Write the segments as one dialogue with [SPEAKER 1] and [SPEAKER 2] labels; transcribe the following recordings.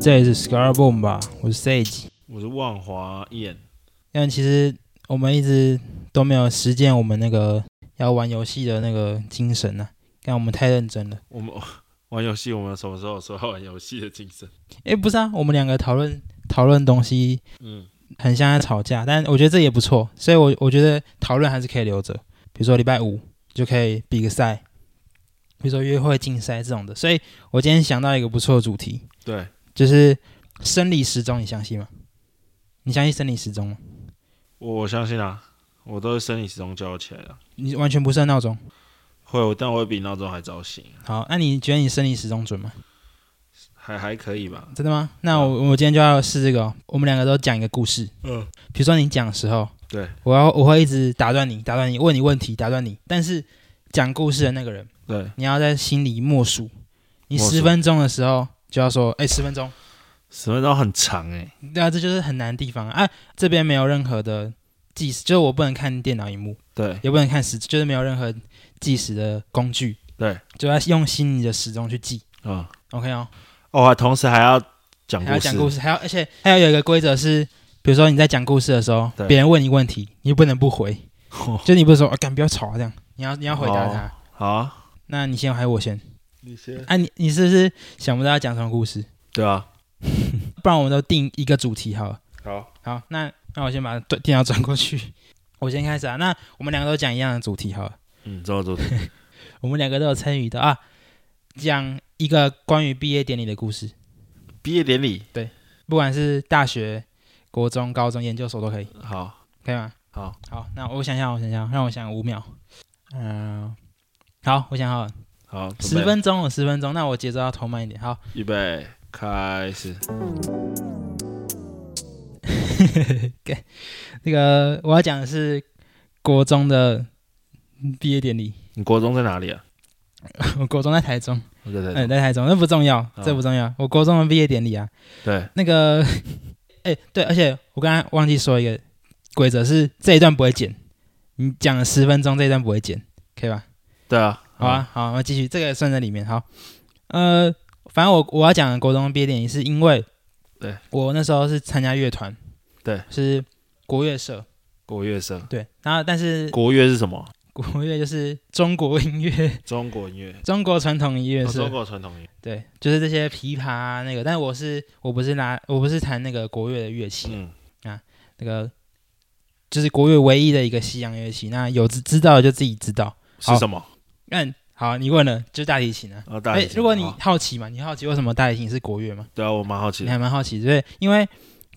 [SPEAKER 1] 这里是 Scarboom 吧，我是 Sage。
[SPEAKER 2] 我是万华燕，
[SPEAKER 1] 但其实我们一直都没有实践我们那个要玩游戏的那个精神呢、但我们太认真了。
[SPEAKER 2] 我们 玩游戏，我们什么时候说要玩游戏的精神？
[SPEAKER 1] 诶，不是啊，我们两个讨论讨论东西
[SPEAKER 2] 嗯，
[SPEAKER 1] 很像在吵架，但我觉得这也不错，所以我我觉得讨论还是可以留着。比如说礼拜五就可以比个赛，比如说约会竞赛这种的。所以我今天想到一个不错的主题，
[SPEAKER 2] 对，
[SPEAKER 1] 就是生理时钟，你相信吗？你相信生理时钟吗？
[SPEAKER 2] 我我相信啊，我都是生理时钟叫起来的，
[SPEAKER 1] 你完全不设闹钟。
[SPEAKER 2] 会，我但我会比闹钟还早醒，
[SPEAKER 1] 好，那你觉得你生理时钟准吗？
[SPEAKER 2] 还还可以吧？
[SPEAKER 1] 真的吗？
[SPEAKER 2] 啊
[SPEAKER 1] 那我我今天就要试这个、哦，我们两个都讲一个故事。
[SPEAKER 2] 嗯，
[SPEAKER 1] 比如说你讲的时候，
[SPEAKER 2] 对，
[SPEAKER 1] 我要我会一直打断你，打断你，问你问题，打断你。但是讲故事的那个人，
[SPEAKER 2] 对，
[SPEAKER 1] 你要在心里默数，你
[SPEAKER 2] 默数
[SPEAKER 1] 十分钟的时候就要说，哎，十分钟。
[SPEAKER 2] 十分钟很长哎、
[SPEAKER 1] 对啊，这就是很难的地方啊。啊这边没有任何的计时，就是我不能看电脑荧幕，
[SPEAKER 2] 对，
[SPEAKER 1] 也不能看时，就是没有任何计时的工具。
[SPEAKER 2] 对，
[SPEAKER 1] 就要用心里的时钟去记。
[SPEAKER 2] 嗯，
[SPEAKER 1] OK 哦，
[SPEAKER 2] 哦，还同时还要讲
[SPEAKER 1] 还
[SPEAKER 2] 故
[SPEAKER 1] 要
[SPEAKER 2] 事
[SPEAKER 1] 讲，故事，还要而且还要有一个规则是，比如说你在讲故事的时候，
[SPEAKER 2] 对
[SPEAKER 1] 别人问你问题，你不能不回，
[SPEAKER 2] 哦
[SPEAKER 1] 就你不是说啊，干不要吵啊这样，你要你要回答他。
[SPEAKER 2] 好啊，
[SPEAKER 1] 那你先还是我先？
[SPEAKER 2] 你先，
[SPEAKER 1] 啊，你你是不是想不到要讲什么故事？
[SPEAKER 2] 对啊，
[SPEAKER 1] 不然我们都定一个主题好了。
[SPEAKER 2] 好，
[SPEAKER 1] 好，那那我先把对电脑转过去， 我先开始啊。那我们两个都讲一样的主题好了，
[SPEAKER 2] 嗯，这么做，
[SPEAKER 1] 我们两个都有参与的啊，讲一个关于毕业典礼的故事，
[SPEAKER 2] 毕业典礼，
[SPEAKER 1] 不管是大学、国中、高中、研究所都可以。
[SPEAKER 2] 好，
[SPEAKER 1] 可以吗？
[SPEAKER 2] 好，
[SPEAKER 1] 好，那我想想，我想想，让我想五秒。嗯、好，我想好了，
[SPEAKER 2] 好，准备
[SPEAKER 1] 十，分钟，十分钟，那我节奏要投慢一点。好，
[SPEAKER 2] 预备，开始，
[SPEAKER 1] 那个我要讲的是国中的毕业典礼，
[SPEAKER 2] 你国中在哪里啊？
[SPEAKER 1] 我国中在台中，啊
[SPEAKER 2] 我在
[SPEAKER 1] 嗯、
[SPEAKER 2] 台中，
[SPEAKER 1] 在台中，那不重要，这不重要。我国中的毕业典礼啊，
[SPEAKER 2] 对，
[SPEAKER 1] 那个， 哎、对，而且我刚刚忘记说一个规则是这一段不会剪，你讲了十分钟，这一段不会剪，可以吧？
[SPEAKER 2] 对啊，
[SPEAKER 1] 好啊，好，那继续，这个算在里面。好，呃，反正我我要讲的国中毕业典礼是因为，
[SPEAKER 2] 对
[SPEAKER 1] 我那时候是参加乐团，
[SPEAKER 2] 对，
[SPEAKER 1] 是国乐社，
[SPEAKER 2] 国乐社，
[SPEAKER 1] 对，然后但是
[SPEAKER 2] 国乐是什么？
[SPEAKER 1] 国乐就是中国音乐，
[SPEAKER 2] 中国音乐，
[SPEAKER 1] 中国传统音乐
[SPEAKER 2] 哦
[SPEAKER 1] 社，
[SPEAKER 2] 中国传统音乐。
[SPEAKER 1] 对，就是这些琵琶、啊、那个，但我是我不是拿我不是弹那个国乐的乐器，
[SPEAKER 2] 嗯，
[SPEAKER 1] 那个就是国乐唯一的一个西洋乐器，那有知知道的就自己知道。
[SPEAKER 2] 是什么？
[SPEAKER 1] 那好，你问了，就是大提琴啊。
[SPEAKER 2] 啊，大
[SPEAKER 1] 哎、
[SPEAKER 2] 提琴
[SPEAKER 1] 如果你
[SPEAKER 2] 哦
[SPEAKER 1] 好奇嘛，你好奇为什么大提琴是国乐吗？
[SPEAKER 2] 对啊，我蛮好奇
[SPEAKER 1] 你
[SPEAKER 2] 的。
[SPEAKER 1] 还蛮好奇，对，因为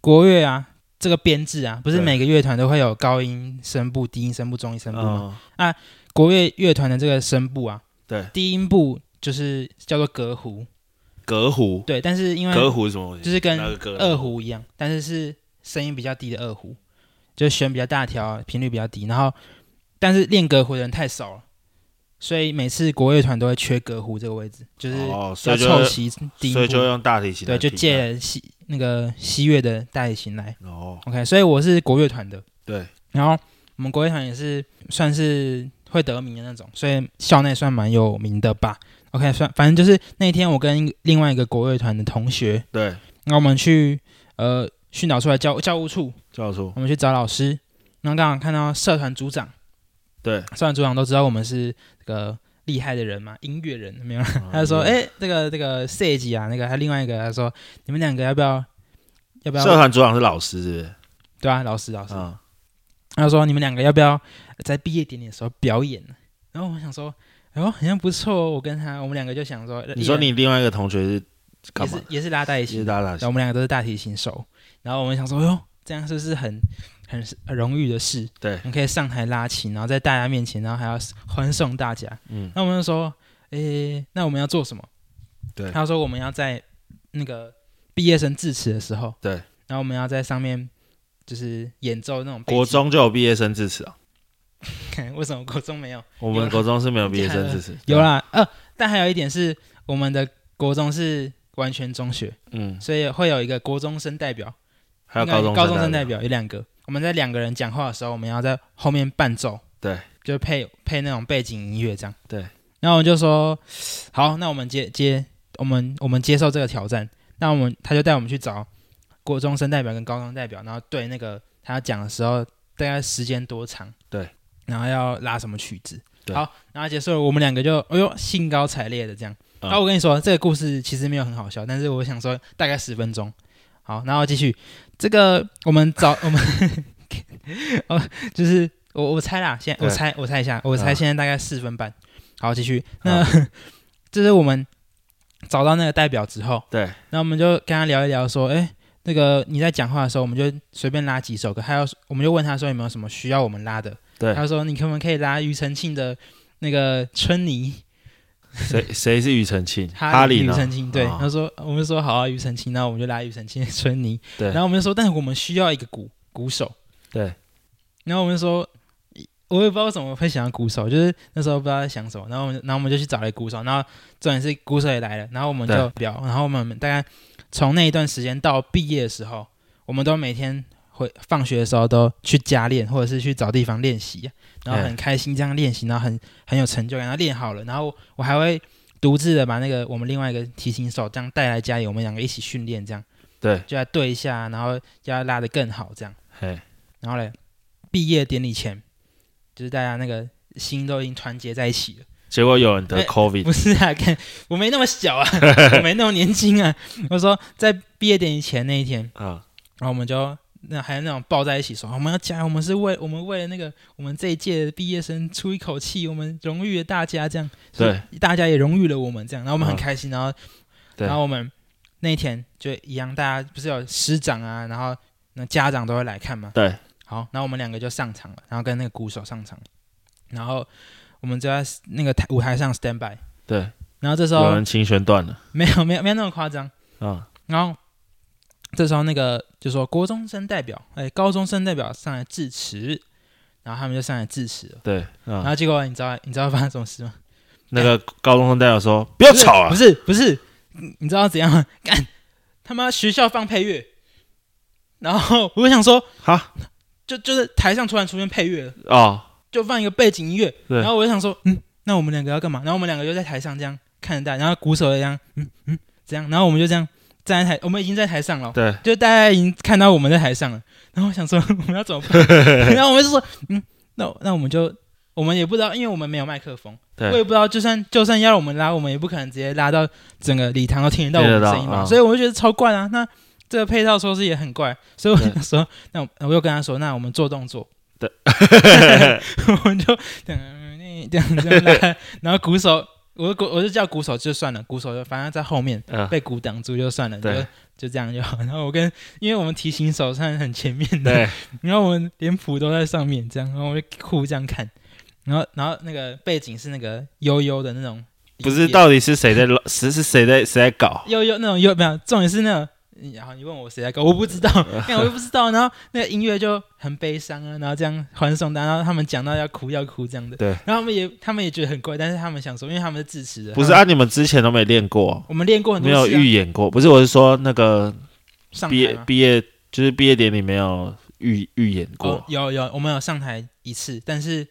[SPEAKER 1] 国乐啊，这个编制啊，不是
[SPEAKER 2] 对
[SPEAKER 1] 每个乐团都会有高音声部、低音声部、中音声部吗？
[SPEAKER 2] 嗯，
[SPEAKER 1] 国乐乐团的这个声部啊，
[SPEAKER 2] 对，
[SPEAKER 1] 低音部就是叫做隔胡，
[SPEAKER 2] 隔胡，
[SPEAKER 1] 对，但是因为
[SPEAKER 2] 隔胡是什么东西？
[SPEAKER 1] 就是跟
[SPEAKER 2] 哪个隔
[SPEAKER 1] 二胡一样，但是是声音比较低的二胡，就是弦比较大条，啊频率比较低，然后但是练隔胡的人太少了。所以每次国乐团都会缺隔胡这个位置，就是
[SPEAKER 2] 哦，所
[SPEAKER 1] 要
[SPEAKER 2] 以就
[SPEAKER 1] 凑齐低
[SPEAKER 2] 所以
[SPEAKER 1] 音
[SPEAKER 2] 就
[SPEAKER 1] 部，
[SPEAKER 2] 用大提琴
[SPEAKER 1] 对，
[SPEAKER 2] 来
[SPEAKER 1] 就
[SPEAKER 2] 替代
[SPEAKER 1] 借西那个西乐的大提琴来。
[SPEAKER 2] 哦，
[SPEAKER 1] OK，所以我是国乐团的，
[SPEAKER 2] 对，
[SPEAKER 1] 然后我们国乐团也是算是会得名的那种，所以校内算蛮有名的吧。OK，算反正就是那天我跟另外一个国乐团的同学，
[SPEAKER 2] 对，
[SPEAKER 1] 然后我们去呃训导出来教教务处，
[SPEAKER 2] 教授
[SPEAKER 1] 我们去找老师，然后刚好看到社团组长，
[SPEAKER 2] 对，
[SPEAKER 1] 社团组长都知道我们是这个厉害的人嘛，音乐人没有啦？ 他就说，
[SPEAKER 2] 嗯，
[SPEAKER 1] 哎、这个这个设计啊，那个还有另外一个他说，你们两个要不要要不
[SPEAKER 2] 社
[SPEAKER 1] 要？
[SPEAKER 2] 团组长是老师，是不是？
[SPEAKER 1] 对啊，老师老师，
[SPEAKER 2] 嗯，
[SPEAKER 1] 他说：“你们两个要不要在毕业典礼的时候表演呢？”然后我想说：“哎呦，好像不错哦。”我跟他，我们两个就想说，
[SPEAKER 2] 你说
[SPEAKER 1] 一人
[SPEAKER 2] 你另外一个同学是
[SPEAKER 1] 也
[SPEAKER 2] 干嘛
[SPEAKER 1] 是？也是拉大提
[SPEAKER 2] 也
[SPEAKER 1] 琴
[SPEAKER 2] 是
[SPEAKER 1] 的，
[SPEAKER 2] 大大
[SPEAKER 1] 然后
[SPEAKER 2] 提
[SPEAKER 1] 我们两个都是大提琴手。然后我们想说：“哎呦，这样是不是很很很荣誉的事？
[SPEAKER 2] 对，
[SPEAKER 1] 你可以上台拉琴，然后在大家面前，然后还要欢送大家。”
[SPEAKER 2] 嗯，
[SPEAKER 1] 那我们就说：“诶，那我们要做什么？”
[SPEAKER 2] 对
[SPEAKER 1] 他说：“我们要在那个毕业生致辞的时候，
[SPEAKER 2] 对，
[SPEAKER 1] 然后我们要在上面就是演奏那种背
[SPEAKER 2] 国
[SPEAKER 1] 景。
[SPEAKER 2] 中就有毕业生致辞啊，
[SPEAKER 1] 看为什么国中没有？”
[SPEAKER 2] 我
[SPEAKER 1] 有
[SPEAKER 2] 们
[SPEAKER 1] 啦
[SPEAKER 2] 国中是没有毕业生致辞，
[SPEAKER 1] 有，啦，呃，但还有一点是，我们的国中是完全中学，
[SPEAKER 2] 嗯，
[SPEAKER 1] 所以会有一个国中生代表，
[SPEAKER 2] 还有
[SPEAKER 1] 应该
[SPEAKER 2] 高中
[SPEAKER 1] 高中生
[SPEAKER 2] 生
[SPEAKER 1] 代
[SPEAKER 2] 表，
[SPEAKER 1] 表有两个。我们在两个人讲话的时候，我们要在后面伴奏，
[SPEAKER 2] 对，
[SPEAKER 1] 就配配那种背景音乐这样。
[SPEAKER 2] 对，
[SPEAKER 1] 然后我就说，好，那我们接接我们我们接受这个挑战。那我们他就带我们去找国中生代表跟高中代表，然后对那个他讲的时候，大概时间多长，
[SPEAKER 2] 对，
[SPEAKER 1] 然后要拉什么曲子，
[SPEAKER 2] 对
[SPEAKER 1] 好，然后结束了，我们两个就哎呦兴高采烈的这样。
[SPEAKER 2] 嗯
[SPEAKER 1] 然后我跟你说，这个故事其实没有很好笑，但是我想说大概十分钟。好，然后继续这个我们找 我们哦，就是我我猜啦，现在我
[SPEAKER 2] 对
[SPEAKER 1] 猜我猜一下，我猜
[SPEAKER 2] 嗯
[SPEAKER 1] 现在大概四分半。好，继续。那、 这是我们找到那个代表之后，
[SPEAKER 2] 对，
[SPEAKER 1] 那我们就跟他聊一聊，说，哎，那个你在讲话的时候，我们就随便拉几首歌，还有我们就问他说有没有什么需要我们拉的，
[SPEAKER 2] 对
[SPEAKER 1] 他说你可不可以拉庾澄庆的那个春泥，
[SPEAKER 2] 谁谁是庾澄庆？
[SPEAKER 1] 哈
[SPEAKER 2] 林
[SPEAKER 1] 庾
[SPEAKER 2] 啊，
[SPEAKER 1] 澄庆，对，
[SPEAKER 2] 哦
[SPEAKER 1] 他说我们就说好啊，庾澄庆，那我们就拉庾澄庆的春泥，
[SPEAKER 2] 对
[SPEAKER 1] 然后我们就说，但是我们需要一个鼓鼓手，
[SPEAKER 2] 对，
[SPEAKER 1] 然后我们就说。我也不知道为什么会想到鼓手，就是那时候不知道在想什么，然后我们就然后我们就去找了鼓手，然后重点是鼓手也来了，然后我们就聊，然后我们大概从那一段时间到毕业的时候，我们都每天回放学的时候都去加练，或者是去找地方练习，然后很开心这样练习，然后很很有成就感，然后练好了，然后我还会独自的把那个我们另外一个提琴手这样带来家里，我们两个一起训练，这样
[SPEAKER 2] 对，
[SPEAKER 1] 就来对一下，然后要拉得更好这样。
[SPEAKER 2] 嘿，
[SPEAKER 1] 然后嘞，毕业典礼前，就是大家那个心都已经团结在一 起了。
[SPEAKER 2] 结果有人得
[SPEAKER 1] 哎
[SPEAKER 2] COVID，
[SPEAKER 1] 不是啊，看我没那么小 啊，我没那么年轻啊。我说在毕业典礼前那一天，
[SPEAKER 2] 啊，
[SPEAKER 1] 然后我们就那还有那种抱在一起说，我们要加油，我们是为我们为了那个我们这一届的毕业生出一口气，我们荣誉了大家这样，
[SPEAKER 2] 对，
[SPEAKER 1] 大家也荣誉了我们这样，然后我们很
[SPEAKER 2] 嗯
[SPEAKER 1] 开心，然后
[SPEAKER 2] 对
[SPEAKER 1] 然后我们那一天就一样，大家不是有师长啊，然后那家长都会来看嘛，
[SPEAKER 2] 对，
[SPEAKER 1] 好，然后我们两个就上场了，然后跟那个鼓手上场，然后我们就在那个台舞台上 stand by，
[SPEAKER 2] 对，
[SPEAKER 1] 然后这时
[SPEAKER 2] 有
[SPEAKER 1] 候
[SPEAKER 2] 人清玄断了
[SPEAKER 1] 没有没有没有那么夸张。
[SPEAKER 2] 啊，
[SPEAKER 1] 然后这时候那个就说国中生代表，哎，高中生代表上来致辞，然后他们就上来致辞了。
[SPEAKER 2] 对
[SPEAKER 1] 然
[SPEAKER 2] 啊，
[SPEAKER 1] 后结果你知道 你知道发生什么事吗？
[SPEAKER 2] 那个高中生代表说不要吵啊
[SPEAKER 1] 哎不，是不是，你你知道怎样吗？ 干他妈学校放配乐，然后我就想说，
[SPEAKER 2] 哈
[SPEAKER 1] 就就是台上突然出现配乐了，
[SPEAKER 2] 哦，
[SPEAKER 1] 就放一个背景音乐，
[SPEAKER 2] 对
[SPEAKER 1] 然后我就想说，嗯，那我们两个要干嘛？然后我们两个就在台上这样看着大家，然后鼓手也这样，嗯嗯，这样，然后我们就这样站在台，我们已经在台上了哦，
[SPEAKER 2] 对，
[SPEAKER 1] 就大家已经看到我们在台上了，然后我想说 我们要怎么 办，然后我们就说，嗯，那那我们就我们也不知道，因为我们没有麦克风，
[SPEAKER 2] 对
[SPEAKER 1] 我也不知道，就算就算要我们拉，我们也不可能直接拉到整个礼堂都听得到我们的声音
[SPEAKER 2] 听得
[SPEAKER 1] 嘛，
[SPEAKER 2] 到嗯
[SPEAKER 1] 所以我就觉得超怪啊，那这个配套措施也很怪，所以我
[SPEAKER 2] 对
[SPEAKER 1] 想说，那我我又跟他说，那我们做动作，
[SPEAKER 2] 对，
[SPEAKER 1] 我们就 这样这样这样拉，嗯然后鼓手。我鼓我就叫鼓手就算了，鼓手就反正在后面，
[SPEAKER 2] 嗯，
[SPEAKER 1] 被鼓挡住就算了，
[SPEAKER 2] 对
[SPEAKER 1] 就就这样就好。然后我跟因为我们提琴手算很前面的，
[SPEAKER 2] 对，
[SPEAKER 1] 然后我们连谱都在上面，这样，然后我就酷这样看，然后然后那个背景是那个悠悠的那种，
[SPEAKER 2] 不是到底是谁 在乱是是谁在谁在搞？
[SPEAKER 1] 悠悠那种悠没有，重点是那种。然后你问我谁在搞，我不知道， 因为我又不知道。然后那个音乐就很悲伤啊，然后这样欢送大家，然后他们讲到要哭要哭这样的。
[SPEAKER 2] 对
[SPEAKER 1] 然后他们也他们也觉得很怪，但是他们想说，因为他们是自持的，
[SPEAKER 2] 不是
[SPEAKER 1] 他们
[SPEAKER 2] 啊，你们之前都没练过，
[SPEAKER 1] 我们练过很多
[SPEAKER 2] 没有
[SPEAKER 1] 次啊
[SPEAKER 2] 预演过，不是？我是说那个
[SPEAKER 1] 上
[SPEAKER 2] 毕
[SPEAKER 1] 台
[SPEAKER 2] 业
[SPEAKER 1] 嘛
[SPEAKER 2] 毕业就是毕业典礼没有预预演
[SPEAKER 1] 哦
[SPEAKER 2] 过，，
[SPEAKER 1] 有有，我们有上台一次，但是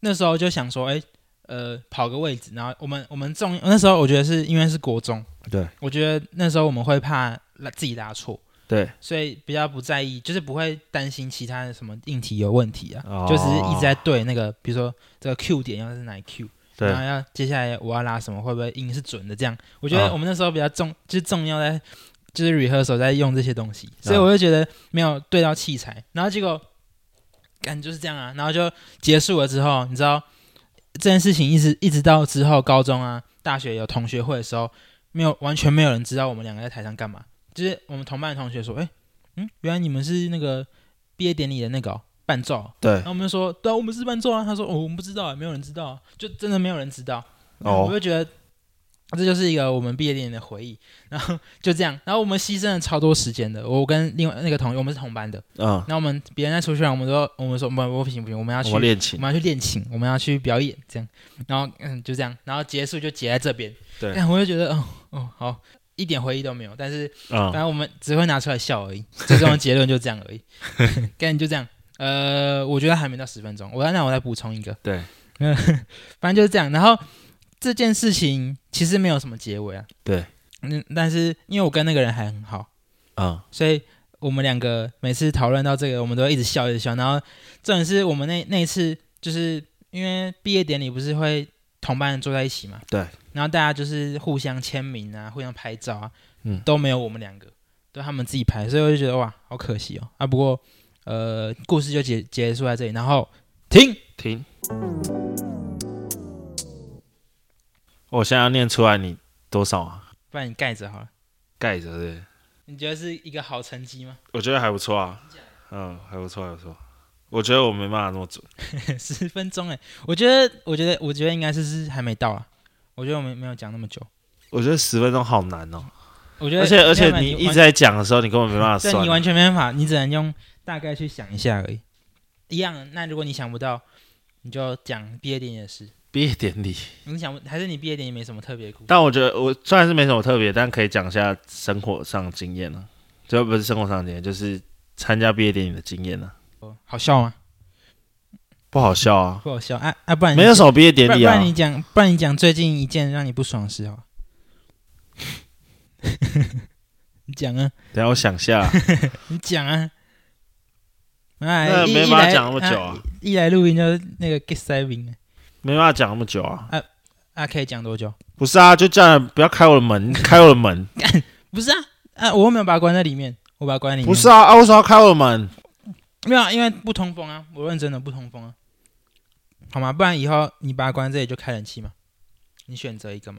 [SPEAKER 1] 那时候就想说，哎、呃，跑个位置，然后我们我们重那时候我觉得是因为是国中，
[SPEAKER 2] 对，
[SPEAKER 1] 我觉得那时候我们会怕拉自己拉错，
[SPEAKER 2] 对，
[SPEAKER 1] 所以比较不在意，就是不会担心其他的什么硬体有问题啊，
[SPEAKER 2] 哦
[SPEAKER 1] 就只是一直在对那个，比如说这个 Q 点要是哪一 Q，
[SPEAKER 2] 对
[SPEAKER 1] 然后要接下来我要拉什么，会不会音是准的？这样，我觉得
[SPEAKER 2] 嗯
[SPEAKER 1] 我们那时候比较重，就是重要在就是 rehearsal 在用这些东西，所以
[SPEAKER 2] 嗯
[SPEAKER 1] 我就觉得没有对到器材，然后结果感觉就是这样啊，然后就结束了之后，你知道这件事情一直一直到之后高中啊、大学有同学会的时候，没有完全没有人知道我们两个在台上干嘛，就是我们同班的同学说，哎、嗯，原来你们是那个毕业典礼的那个、哦、伴奏哦。
[SPEAKER 2] 对
[SPEAKER 1] 然后我们就说，对啊，我们是伴奏啊。他说，哦，我们不知道啊，没有人知道啊，就真的没有人知道。然后我
[SPEAKER 2] 哦，
[SPEAKER 1] 就觉得这就是一个我们毕业典礼的回忆。然后就这样，然后我们牺牲了超多时间的。我跟另外那个同学，我们是同班的。
[SPEAKER 2] 嗯，
[SPEAKER 1] 然后我们别人在出去玩，我们都我们说，不不不行不行，我们要去
[SPEAKER 2] 我们练
[SPEAKER 1] 我
[SPEAKER 2] 琴，
[SPEAKER 1] 们要去练琴，我们要去表演，这样，然后嗯，就这样，然后结束就结在这边。
[SPEAKER 2] 对
[SPEAKER 1] 但我就觉得，哦哦，好，一点回忆都没有，但是反
[SPEAKER 2] 嗯，
[SPEAKER 1] 正我们只会拿出来笑而已， 最终的结论就这样而已，跟你就这样。呃，我觉得还没到十分钟，我要那我再补充一个，
[SPEAKER 2] 对，
[SPEAKER 1] 反正就是这样。然后这件事情其实没有什么结尾啊，
[SPEAKER 2] 对，
[SPEAKER 1] 嗯，但是因为我跟那个人还很好，
[SPEAKER 2] 嗯，
[SPEAKER 1] 所以我们两个每次讨论到这个，我们都会一直笑，一直笑。然后重点是我们那那一次，就是因为毕业典礼不是会同班人坐在一起嘛，
[SPEAKER 2] 对。
[SPEAKER 1] 然后大家就是互相签名啊，互相拍照啊，
[SPEAKER 2] 嗯
[SPEAKER 1] 都没有我们两个，都他们自己拍，所以我就觉得哇，好可惜哦。啊，不过呃，故事就结结束在这里，然后停。
[SPEAKER 2] 停。我现在要念出来你多少啊？
[SPEAKER 1] 不然你盖着好了，
[SPEAKER 2] 盖着对，
[SPEAKER 1] 你觉得是一个好成绩吗？
[SPEAKER 2] 我觉得还不错啊。嗯，还不错，还不错。我觉得我没办法那么准。
[SPEAKER 1] 十分钟哎，我觉得，我觉得，我觉得应该是是还没到啊。我觉得我们没有讲那么久。
[SPEAKER 2] 我觉得十分钟好难哦，
[SPEAKER 1] 我觉得，
[SPEAKER 2] 而且而
[SPEAKER 1] 要
[SPEAKER 2] 且
[SPEAKER 1] 不然
[SPEAKER 2] 你一
[SPEAKER 1] 完
[SPEAKER 2] 直在讲的时候，你根本没办法
[SPEAKER 1] 对
[SPEAKER 2] 算
[SPEAKER 1] 你
[SPEAKER 2] 啊。
[SPEAKER 1] 完全没办法，你只能用大概去想一下而已。一样，那如果你想不到，你就讲毕业典礼的事。
[SPEAKER 2] 毕业典礼，
[SPEAKER 1] 你想不还是你毕业典礼没什么特别的故事？
[SPEAKER 2] 但我觉得我虽然是没什么特别，但可以讲一下生活上经验呢、啊，就不是生活上经验，就是参加毕业典礼的经验呢、
[SPEAKER 1] 哦好笑吗？
[SPEAKER 2] 不好笑啊，
[SPEAKER 1] 不好笑啊啊！不然你
[SPEAKER 2] 没有什么毕业典
[SPEAKER 1] 不然
[SPEAKER 2] 礼
[SPEAKER 1] 不
[SPEAKER 2] 啊
[SPEAKER 1] 然。你讲，不然你讲最近一件让你不爽的事好了。 你讲啊，
[SPEAKER 2] 等一下我想一下，
[SPEAKER 1] 你讲啊。哎，
[SPEAKER 2] 那
[SPEAKER 1] 一
[SPEAKER 2] 没
[SPEAKER 1] 一
[SPEAKER 2] 办法
[SPEAKER 1] 来哎
[SPEAKER 2] 讲那么久啊
[SPEAKER 1] 一来录音就是那个 get saving
[SPEAKER 2] 没办法讲那么久啊。
[SPEAKER 1] 啊，可以讲多久？
[SPEAKER 2] 不是啊，就这样，不要开我的门，开我的 门。
[SPEAKER 1] 不是啊，啊，我又没有把它关在里面，我把它关在里面。
[SPEAKER 2] 不是啊，啊，为什么要开我的门？
[SPEAKER 1] 没有啊，因为不通风啊，我认真的不通风啊，好吗？不然以后你把它关在这里就开冷气嘛，你选择一个嘛。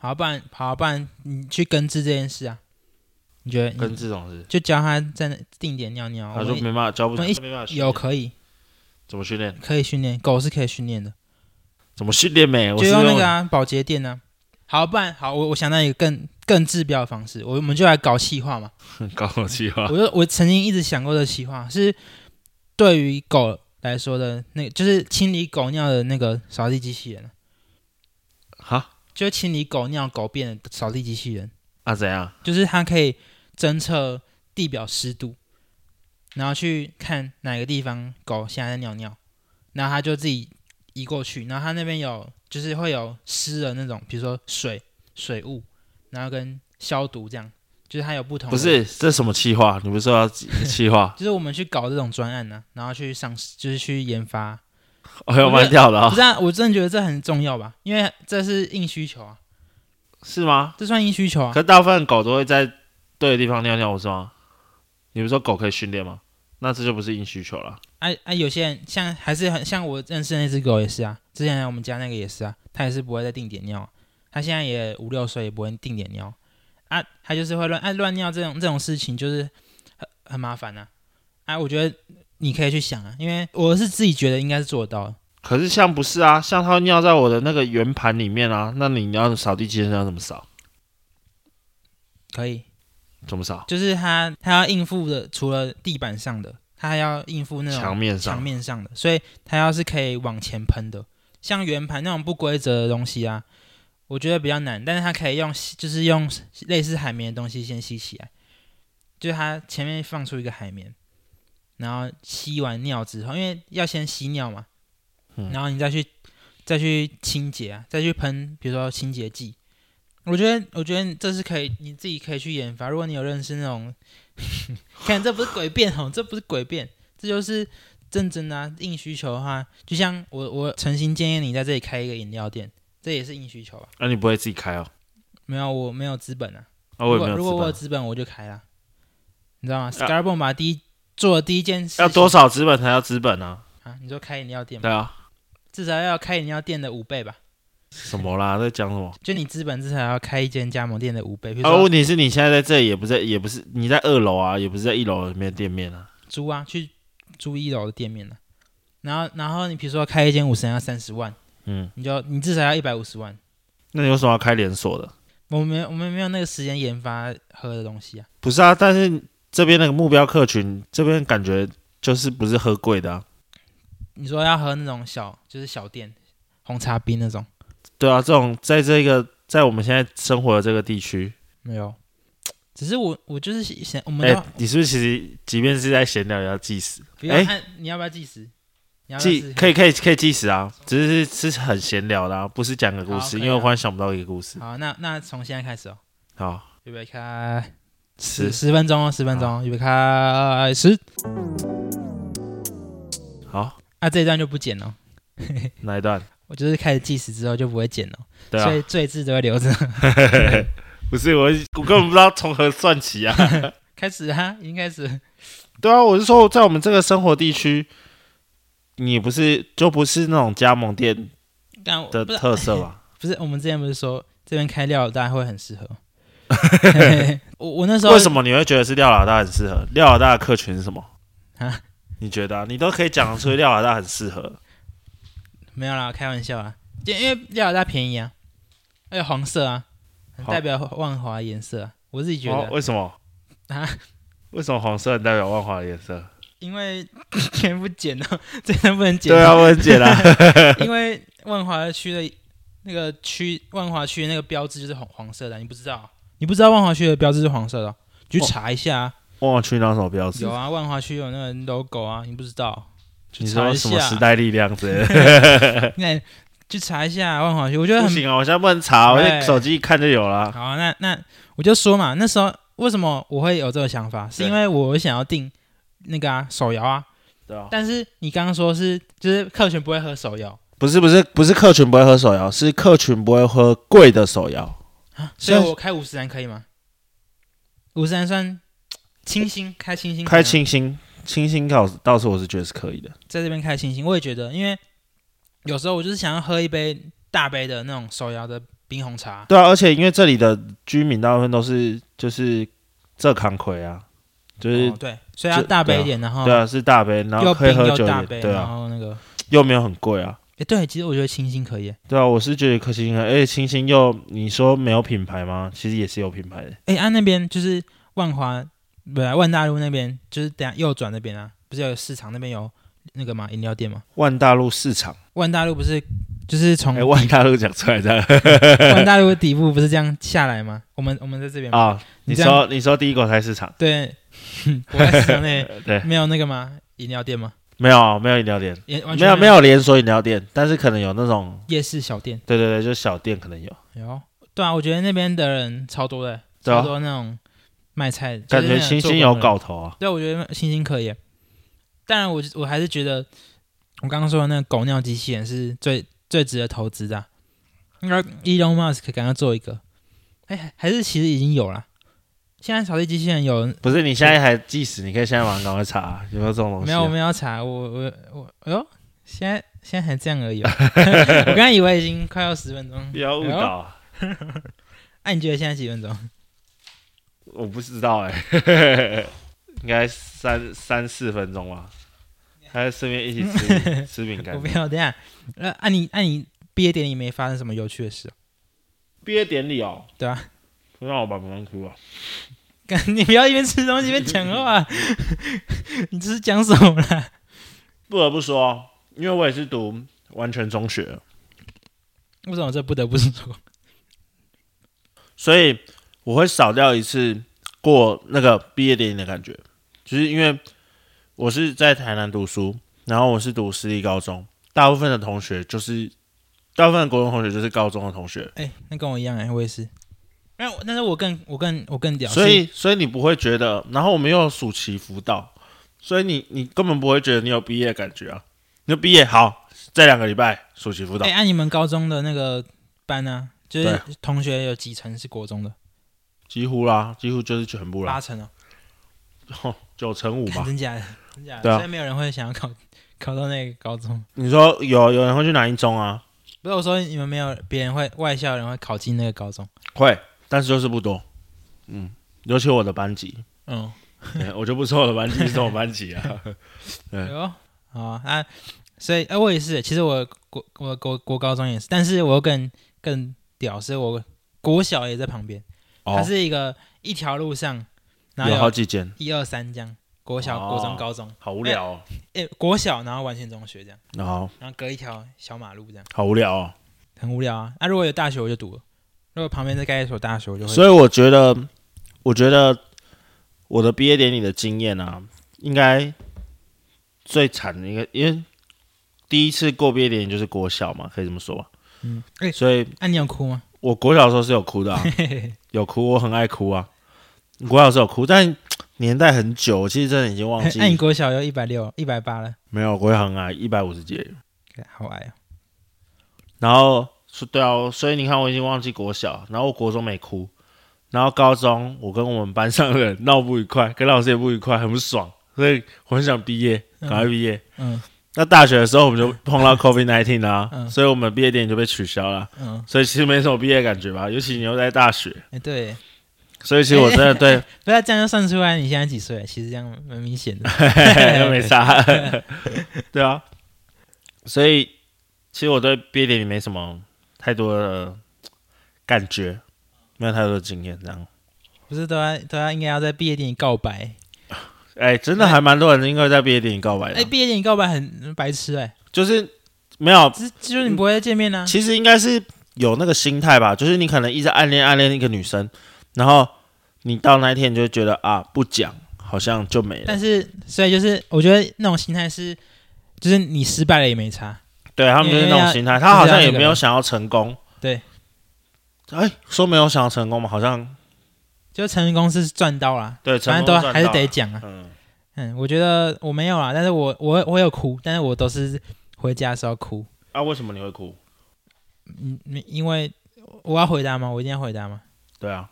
[SPEAKER 1] 好，不然好，不然你去根治这件事啊。你觉得
[SPEAKER 2] 跟
[SPEAKER 1] 你
[SPEAKER 2] 这种事，
[SPEAKER 1] 就教他在那定点尿尿，
[SPEAKER 2] 他
[SPEAKER 1] 哦我
[SPEAKER 2] 说没
[SPEAKER 1] 们
[SPEAKER 2] 办法教不，
[SPEAKER 1] 我
[SPEAKER 2] 没
[SPEAKER 1] 们一
[SPEAKER 2] 办法训练
[SPEAKER 1] 有可以
[SPEAKER 2] 怎么训练，
[SPEAKER 1] 可以训练，狗是可以训练的，
[SPEAKER 2] 怎么训练没？我
[SPEAKER 1] 就是用那个
[SPEAKER 2] 用
[SPEAKER 1] 啊保洁垫啊。好，不然好，我我想到一个更更治标的方式，我我们就来搞气化嘛。
[SPEAKER 2] 高考计划
[SPEAKER 1] 我就我曾经一直想过的企划是，对于狗来说的那个，就是清理狗尿的那个扫地机器人，
[SPEAKER 2] 哈
[SPEAKER 1] 就是清理狗尿狗便的扫地机器人，
[SPEAKER 2] 啊怎样？
[SPEAKER 1] 就是它可以侦测地表湿度，然后去看哪个地方狗现在在尿尿，然后它就自己移过去，然后它那边有就是会有湿的那种，比如说水水雾，然后跟消毒这样，就是它有不同的？
[SPEAKER 2] 不是这什么计划？你不是说要计划
[SPEAKER 1] 就是我们去搞这种专案呢、然后去上市，就是去研发。
[SPEAKER 2] 哎呦，蛮屌的
[SPEAKER 1] 不
[SPEAKER 2] 啊，
[SPEAKER 1] 是、啊，我真的觉得这很重要吧，因为这是硬需求啊，
[SPEAKER 2] 是吗？
[SPEAKER 1] 这算硬需求啊。
[SPEAKER 2] 可大部分狗都会在对的地方尿尿，不是吗？你不是说狗可以训练吗？那这就不是硬需求了。
[SPEAKER 1] 哎哎、有些人像还是很像我认识的那只狗也是啊，之前来我们家那个也是啊，它也是不会在定点尿啊、它现在也五六岁，也不会定点尿啊，它就是会乱哎乱尿这种这种事情就是很很麻烦呐、啊。啊，我觉得你可以去想啊，因为我是自己觉得应该是做得到的。
[SPEAKER 2] 可是像不是啊，像它会尿在我的那个圆盘里面啊，那你要扫地机器人要怎么扫？
[SPEAKER 1] 可以，
[SPEAKER 2] 怎么扫？
[SPEAKER 1] 就是它它要应付的，除了地板上的，它还要应付那种
[SPEAKER 2] 墙面
[SPEAKER 1] 墙
[SPEAKER 2] 上，
[SPEAKER 1] 面上的，所以它要是可以往前喷的，像圆盘那种不规则的东西啊，我觉得比较难，但是它可以用吸就是用类似海绵的东西先吸起来，就是它前面放出一个海绵，然后吸完尿之后，因为要先吸尿嘛，
[SPEAKER 2] 嗯
[SPEAKER 1] 然后你再去再去清洁啊，再去喷，比如说清洁剂。我觉得，我觉得这是可以，你自己可以去研发。如果你有认识那种， 看这不是诡辩哦，这不是诡辩，这就是认真的、啊、硬需求的话，就像我我诚心建议你在这里开一个饮料店，这也是硬需求吧？
[SPEAKER 2] 那、你不会自己开哦？
[SPEAKER 1] 没有，我没有资本啊。
[SPEAKER 2] 啊，
[SPEAKER 1] 如
[SPEAKER 2] 我也
[SPEAKER 1] 果
[SPEAKER 2] 没有
[SPEAKER 1] 如
[SPEAKER 2] 资
[SPEAKER 1] 果我有
[SPEAKER 2] 本。啊
[SPEAKER 1] 资本，我就开了，你知道吗 s c a r b o n 把第一做的第一件事情
[SPEAKER 2] 要多少资本才叫资本啊？
[SPEAKER 1] 啊？你说开饮料店吗？
[SPEAKER 2] 对啊，
[SPEAKER 1] 至少要开饮料店的五倍吧？
[SPEAKER 2] 什么啦？在讲什么？
[SPEAKER 1] 就你资本至少要开一间加盟店的五倍，比如
[SPEAKER 2] 啊，
[SPEAKER 1] 说
[SPEAKER 2] 问题是你现在在这里，也不在，也不是你在二楼啊，也不是在一楼里面店面啊。
[SPEAKER 1] 租啊，去租一楼的店面呢、啊。然后，然后你比如说开一间五十人要三十万，
[SPEAKER 2] 嗯，
[SPEAKER 1] 你就你至少要一百五十万。
[SPEAKER 2] 那你为什么要开连锁的？
[SPEAKER 1] 我们没有我们没有那个时间研发喝的东西啊。
[SPEAKER 2] 不是啊，但是这边那个目标客群，这边感觉就是不是喝贵的啊。
[SPEAKER 1] 你说要喝那种小，就是小店红茶冰那种，
[SPEAKER 2] 对啊，这种在这个在我们现在生活的这个地区，
[SPEAKER 1] 没有。只是我我就是想，我们
[SPEAKER 2] 哎、
[SPEAKER 1] 要、
[SPEAKER 2] 你是不是其实即便是在闲聊也要计时？
[SPEAKER 1] 不要
[SPEAKER 2] 哎
[SPEAKER 1] 按，你要不要计时？你要不要
[SPEAKER 2] 计
[SPEAKER 1] 计
[SPEAKER 2] 可以可以可以计时啊，只是是很闲聊的啊，不是讲个故
[SPEAKER 1] 好可
[SPEAKER 2] 事，
[SPEAKER 1] 以啊
[SPEAKER 2] 因为我忽然想不到一个故事
[SPEAKER 1] 好，那那从现在开始哦。
[SPEAKER 2] 好，
[SPEAKER 1] 预备开，
[SPEAKER 2] 十
[SPEAKER 1] 十十分钟哦，十分钟，预备开十。
[SPEAKER 2] 好
[SPEAKER 1] 啊，这一段就不剪了，
[SPEAKER 2] 哪一段？
[SPEAKER 1] 我就是开始计时之后就不会剪了，哦
[SPEAKER 2] 对
[SPEAKER 1] 所
[SPEAKER 2] 啊
[SPEAKER 1] 以，最字都会留着。
[SPEAKER 2] 不是我，我根本不知道从何算起啊。
[SPEAKER 1] 开始哈，已经开始。
[SPEAKER 2] 对啊，我是说，在我们这个生活地区，你不是就不是那种加盟店
[SPEAKER 1] 但我
[SPEAKER 2] 的
[SPEAKER 1] 不是
[SPEAKER 2] 特色吧？
[SPEAKER 1] 不是，我们之前不是说这边开料大家会很适 合。 嘿嘿嘿我我那时候
[SPEAKER 2] 为什么你会觉得是廖老大很适合？廖老大的客群是什么
[SPEAKER 1] 啊？
[SPEAKER 2] 你觉得、啊？你都可以讲得出廖老大很适合，
[SPEAKER 1] 没有啦，开玩笑啦，就因为料老大便宜啊，还有黄色啊，很
[SPEAKER 2] 好
[SPEAKER 1] 代表万华的颜色啊。我自己觉
[SPEAKER 2] 哦，
[SPEAKER 1] 得，
[SPEAKER 2] 为什么
[SPEAKER 1] 啊？
[SPEAKER 2] 为什么黄色很代表万华的颜色？
[SPEAKER 1] 因为全部剪了， 真的不能剪。
[SPEAKER 2] 对啊，我很解啦。
[SPEAKER 1] 因为万华区的那个区，万华区那个标志就是黄黄色的，啊你不知道？你不知道万华区的标志是黄色的哦？你去
[SPEAKER 2] 哦
[SPEAKER 1] 查一下啊，
[SPEAKER 2] 万华区那有什么标志
[SPEAKER 1] 有？啊，万华区有那个 logo 啊，你不知道？去
[SPEAKER 2] 你
[SPEAKER 1] 查
[SPEAKER 2] 说
[SPEAKER 1] 一
[SPEAKER 2] 什么
[SPEAKER 1] 下
[SPEAKER 2] 时，代力量 之类的？
[SPEAKER 1] 那去查一下万华区，我觉得
[SPEAKER 2] 不
[SPEAKER 1] 很
[SPEAKER 2] 行啊，我现在不能查，我
[SPEAKER 1] 对
[SPEAKER 2] 手机一看就有了。
[SPEAKER 1] 好啊、那那我就说嘛，那时候为什么我会有这个想法，是因为我想要订那个啊手摇啊，
[SPEAKER 2] 对啊，
[SPEAKER 1] 但是你刚刚说是就是客群不会喝手摇，
[SPEAKER 2] 不是不是不是，客群不会喝手摇，是客群不会喝贵的手摇。
[SPEAKER 1] 啊所以
[SPEAKER 2] 是啊
[SPEAKER 1] 我开五十单可以吗？五十单算清新，开清新可以吗，
[SPEAKER 2] 开清新，清新倒是倒是我是觉得是可以的。
[SPEAKER 1] 在这边开清新，我也觉得，因为有时候我就是想要喝一杯大杯的那种手摇的冰红茶，
[SPEAKER 2] 对啊，而且因为这里的居民大部分都是就是浙康葵啊，就是、
[SPEAKER 1] 哦对，所以要
[SPEAKER 2] 这
[SPEAKER 1] 大杯一
[SPEAKER 2] 对啊
[SPEAKER 1] 点，然后
[SPEAKER 2] 对啊是大杯，然后
[SPEAKER 1] 又
[SPEAKER 2] 可以
[SPEAKER 1] 冰
[SPEAKER 2] 喝
[SPEAKER 1] 又
[SPEAKER 2] 酒
[SPEAKER 1] 大
[SPEAKER 2] 也
[SPEAKER 1] 杯，哦
[SPEAKER 2] 对
[SPEAKER 1] 然
[SPEAKER 2] 啊，
[SPEAKER 1] 后那个，
[SPEAKER 2] 又没有很贵啊。
[SPEAKER 1] 哎对，其实我觉得清新可以耶，
[SPEAKER 2] 对啊，我是觉得可清新可以，而且清新又你说没有品牌吗？其实也是有品牌的。
[SPEAKER 1] 哎、啊那边就是万华，本来万大路那边，就是等下右转那边啊，不是有市场那边有那个嘛饮料店吗？
[SPEAKER 2] 万大路市场，
[SPEAKER 1] 万大路不是就是从
[SPEAKER 2] 哎、万大路讲出来的
[SPEAKER 1] 万大路的底部不是这样下来吗？我们我们在这边吗
[SPEAKER 2] 啊！ 你
[SPEAKER 1] 这样
[SPEAKER 2] 说你说第一国菜市场，
[SPEAKER 1] 对，我在市场内
[SPEAKER 2] 呃 对，
[SPEAKER 1] 没有那个吗？饮料店吗？
[SPEAKER 2] 没有没有饮料店，
[SPEAKER 1] 也完
[SPEAKER 2] 没
[SPEAKER 1] 全
[SPEAKER 2] 有
[SPEAKER 1] 没
[SPEAKER 2] 没有连锁饮料店，但是可能有那种，
[SPEAKER 1] 夜市小店
[SPEAKER 2] 对对对，就是小店可能有，
[SPEAKER 1] 有。对啊，我觉得那边的人超多的，
[SPEAKER 2] 对啊
[SPEAKER 1] 超多那种卖菜，
[SPEAKER 2] 感觉
[SPEAKER 1] 清
[SPEAKER 2] 清
[SPEAKER 1] 新
[SPEAKER 2] 新有。搞头啊。
[SPEAKER 1] 对，我觉得星星可以。当然我，我还是觉得我刚刚说的那个狗尿机器人是最最值得投资的啊、应该 Elon Musk 赶快做一个。哎、还还是其实已经有了。现在扫地机器人有
[SPEAKER 2] 不是，你现在还计时，你可以现在马上赶快查有没有这种东西
[SPEAKER 1] 没
[SPEAKER 2] 啊、
[SPEAKER 1] 有？我们要查，我我我，哎呦，现在现在还这样而已、哦。 我刚以为已经快要十分钟
[SPEAKER 2] 不。要误导啊、
[SPEAKER 1] 哎、你觉得现在几分钟？
[SPEAKER 2] 我不知道哎、 应该三三四分钟吧。还是顺便一起 吃吃饼干
[SPEAKER 1] 我不。要，等一下。呃，按、你按、你毕业典礼没发生什么有趣的事哦、
[SPEAKER 2] 毕业典礼哦，
[SPEAKER 1] 对啊，
[SPEAKER 2] 不让我把饼干哭啊。
[SPEAKER 1] 干 你不要一边吃东西一边讲话， 你这是讲什么啦？
[SPEAKER 2] 不得不说，因为我也是读完全中学，
[SPEAKER 1] 为什么这不得不说？
[SPEAKER 2] 所以我会少掉一次过那个毕业典礼的感觉，就是因为我是在台南读书，然后我是读私立高中，大部分的同学就是大部分的国中同学就是高中的同学，
[SPEAKER 1] 哎、那跟我一样哎、我也是。那我但是我更我更我更屌，
[SPEAKER 2] 所以所以你不会觉得，然后我们又有暑期辅导，所以你你根本不会觉得你有毕业的感觉啊，你就毕业好，再两个礼拜暑期辅
[SPEAKER 1] 是
[SPEAKER 2] 导
[SPEAKER 1] 哎，按、你们高中的那个班呢、啊，就是
[SPEAKER 2] 对
[SPEAKER 1] 同学有几成是国中的？
[SPEAKER 2] 几乎啦，几乎就是全部
[SPEAKER 1] 八
[SPEAKER 2] 啦，
[SPEAKER 1] 成哦，
[SPEAKER 2] 九成五吧
[SPEAKER 1] 干。真假的，真假的，
[SPEAKER 2] 对啊
[SPEAKER 1] 所以没有人会想要考考到那个高中。
[SPEAKER 2] 你说有有人会去南一中啊？
[SPEAKER 1] 不是我说你们没有别人会外校人会考进那个高中，
[SPEAKER 2] 会，但是就是不多。嗯，尤其我的班级，
[SPEAKER 1] 嗯，
[SPEAKER 2] 对我就不说我的班级是什么班级啊。对
[SPEAKER 1] 有好啊，哎啊所以哎、我也是，其实我国我国国高中也是，但是我又更更屌，是我国小也在旁边，它是一啊个一条路上，然后
[SPEAKER 2] 哦有好
[SPEAKER 1] 有
[SPEAKER 2] 几间，
[SPEAKER 1] 一二三这样，国小、
[SPEAKER 2] 哦
[SPEAKER 1] 国中、高中，
[SPEAKER 2] 好无聊哦，
[SPEAKER 1] 哎、国小然后完全中学这样，
[SPEAKER 2] 然后
[SPEAKER 1] 然后隔一条小马路这样，
[SPEAKER 2] 哦好无聊哦。
[SPEAKER 1] 很无聊啊。那、如果有大学我就读了，如果旁边再盖一所大学我就会，
[SPEAKER 2] 所以我觉得，我觉得我的毕业典礼的经验啊，应该最惨的一个，因为 第一次过毕业典礼就是国小嘛，可以这么说吧。
[SPEAKER 1] 嗯，哎、
[SPEAKER 2] 所以
[SPEAKER 1] 那、你有哭吗？
[SPEAKER 2] 我国小的时候是有哭 的、啊，有哭，我很爱哭啊。国小的时候有哭，但年代很久，我其实真的已经忘 记。
[SPEAKER 1] 那啊你国小有一百六、一百八了，
[SPEAKER 2] 没有，国小很矮，一百五十几而已。
[SPEAKER 1] 好矮哦。
[SPEAKER 2] 然后说对啊，所以你看我已经忘记国小，然后我国中没哭，然后高中我跟我们班上的人闹不愉快， 跟老师也不愉快，很不爽，所以我很想毕业，赶快毕业。
[SPEAKER 1] 嗯
[SPEAKER 2] 那大学的时候我们就碰到 COVID nineteen 啦、
[SPEAKER 1] 嗯
[SPEAKER 2] 所以我们毕业典礼就被取消了，
[SPEAKER 1] 嗯，
[SPEAKER 2] 所以其实没什么毕业感觉吧，尤其你又在大学，
[SPEAKER 1] 哎、对，
[SPEAKER 2] 所以其实我真的对，
[SPEAKER 1] 不啊要这样就算出来你现在几岁，啊其实这样蛮明 显的。
[SPEAKER 2] 又 没啥，对啊，所以其实我对毕业典礼没什么太多的感觉，没有太多的经验，这样，
[SPEAKER 1] 不是都要都要应该要在毕业典礼告白？
[SPEAKER 2] 哎、真的还蛮多人应该在毕业典礼告白
[SPEAKER 1] 哎、
[SPEAKER 2] 的，啊
[SPEAKER 1] 毕业典礼告白很白痴哎、
[SPEAKER 2] 就是没有，
[SPEAKER 1] 只就是你不会再见面呢、啊。
[SPEAKER 2] 其实应该是有那个心态吧，就是你可能一直暗恋暗恋一个女生，然后你到那一天你就会觉得啊，不讲好像就没了
[SPEAKER 1] 但。是所以就是我觉得那种心态是，就是你失败了也没差。
[SPEAKER 2] 对他们就是那种心态，他好像也没有想要成功。
[SPEAKER 1] 对，
[SPEAKER 2] 哎，说没有想要成功嘛，好像
[SPEAKER 1] 就成功是赚到啦，
[SPEAKER 2] 对，
[SPEAKER 1] 反正
[SPEAKER 2] 成功
[SPEAKER 1] 都
[SPEAKER 2] 赚到
[SPEAKER 1] 还是得讲啊。
[SPEAKER 2] 嗯，
[SPEAKER 1] 嗯，我觉得我没有啦，但是我我我有哭，但是我都是回家的时候哭。
[SPEAKER 2] 啊，为什么你会哭？
[SPEAKER 1] 嗯，因为我要回答吗？我一定要回答吗？
[SPEAKER 2] 对啊，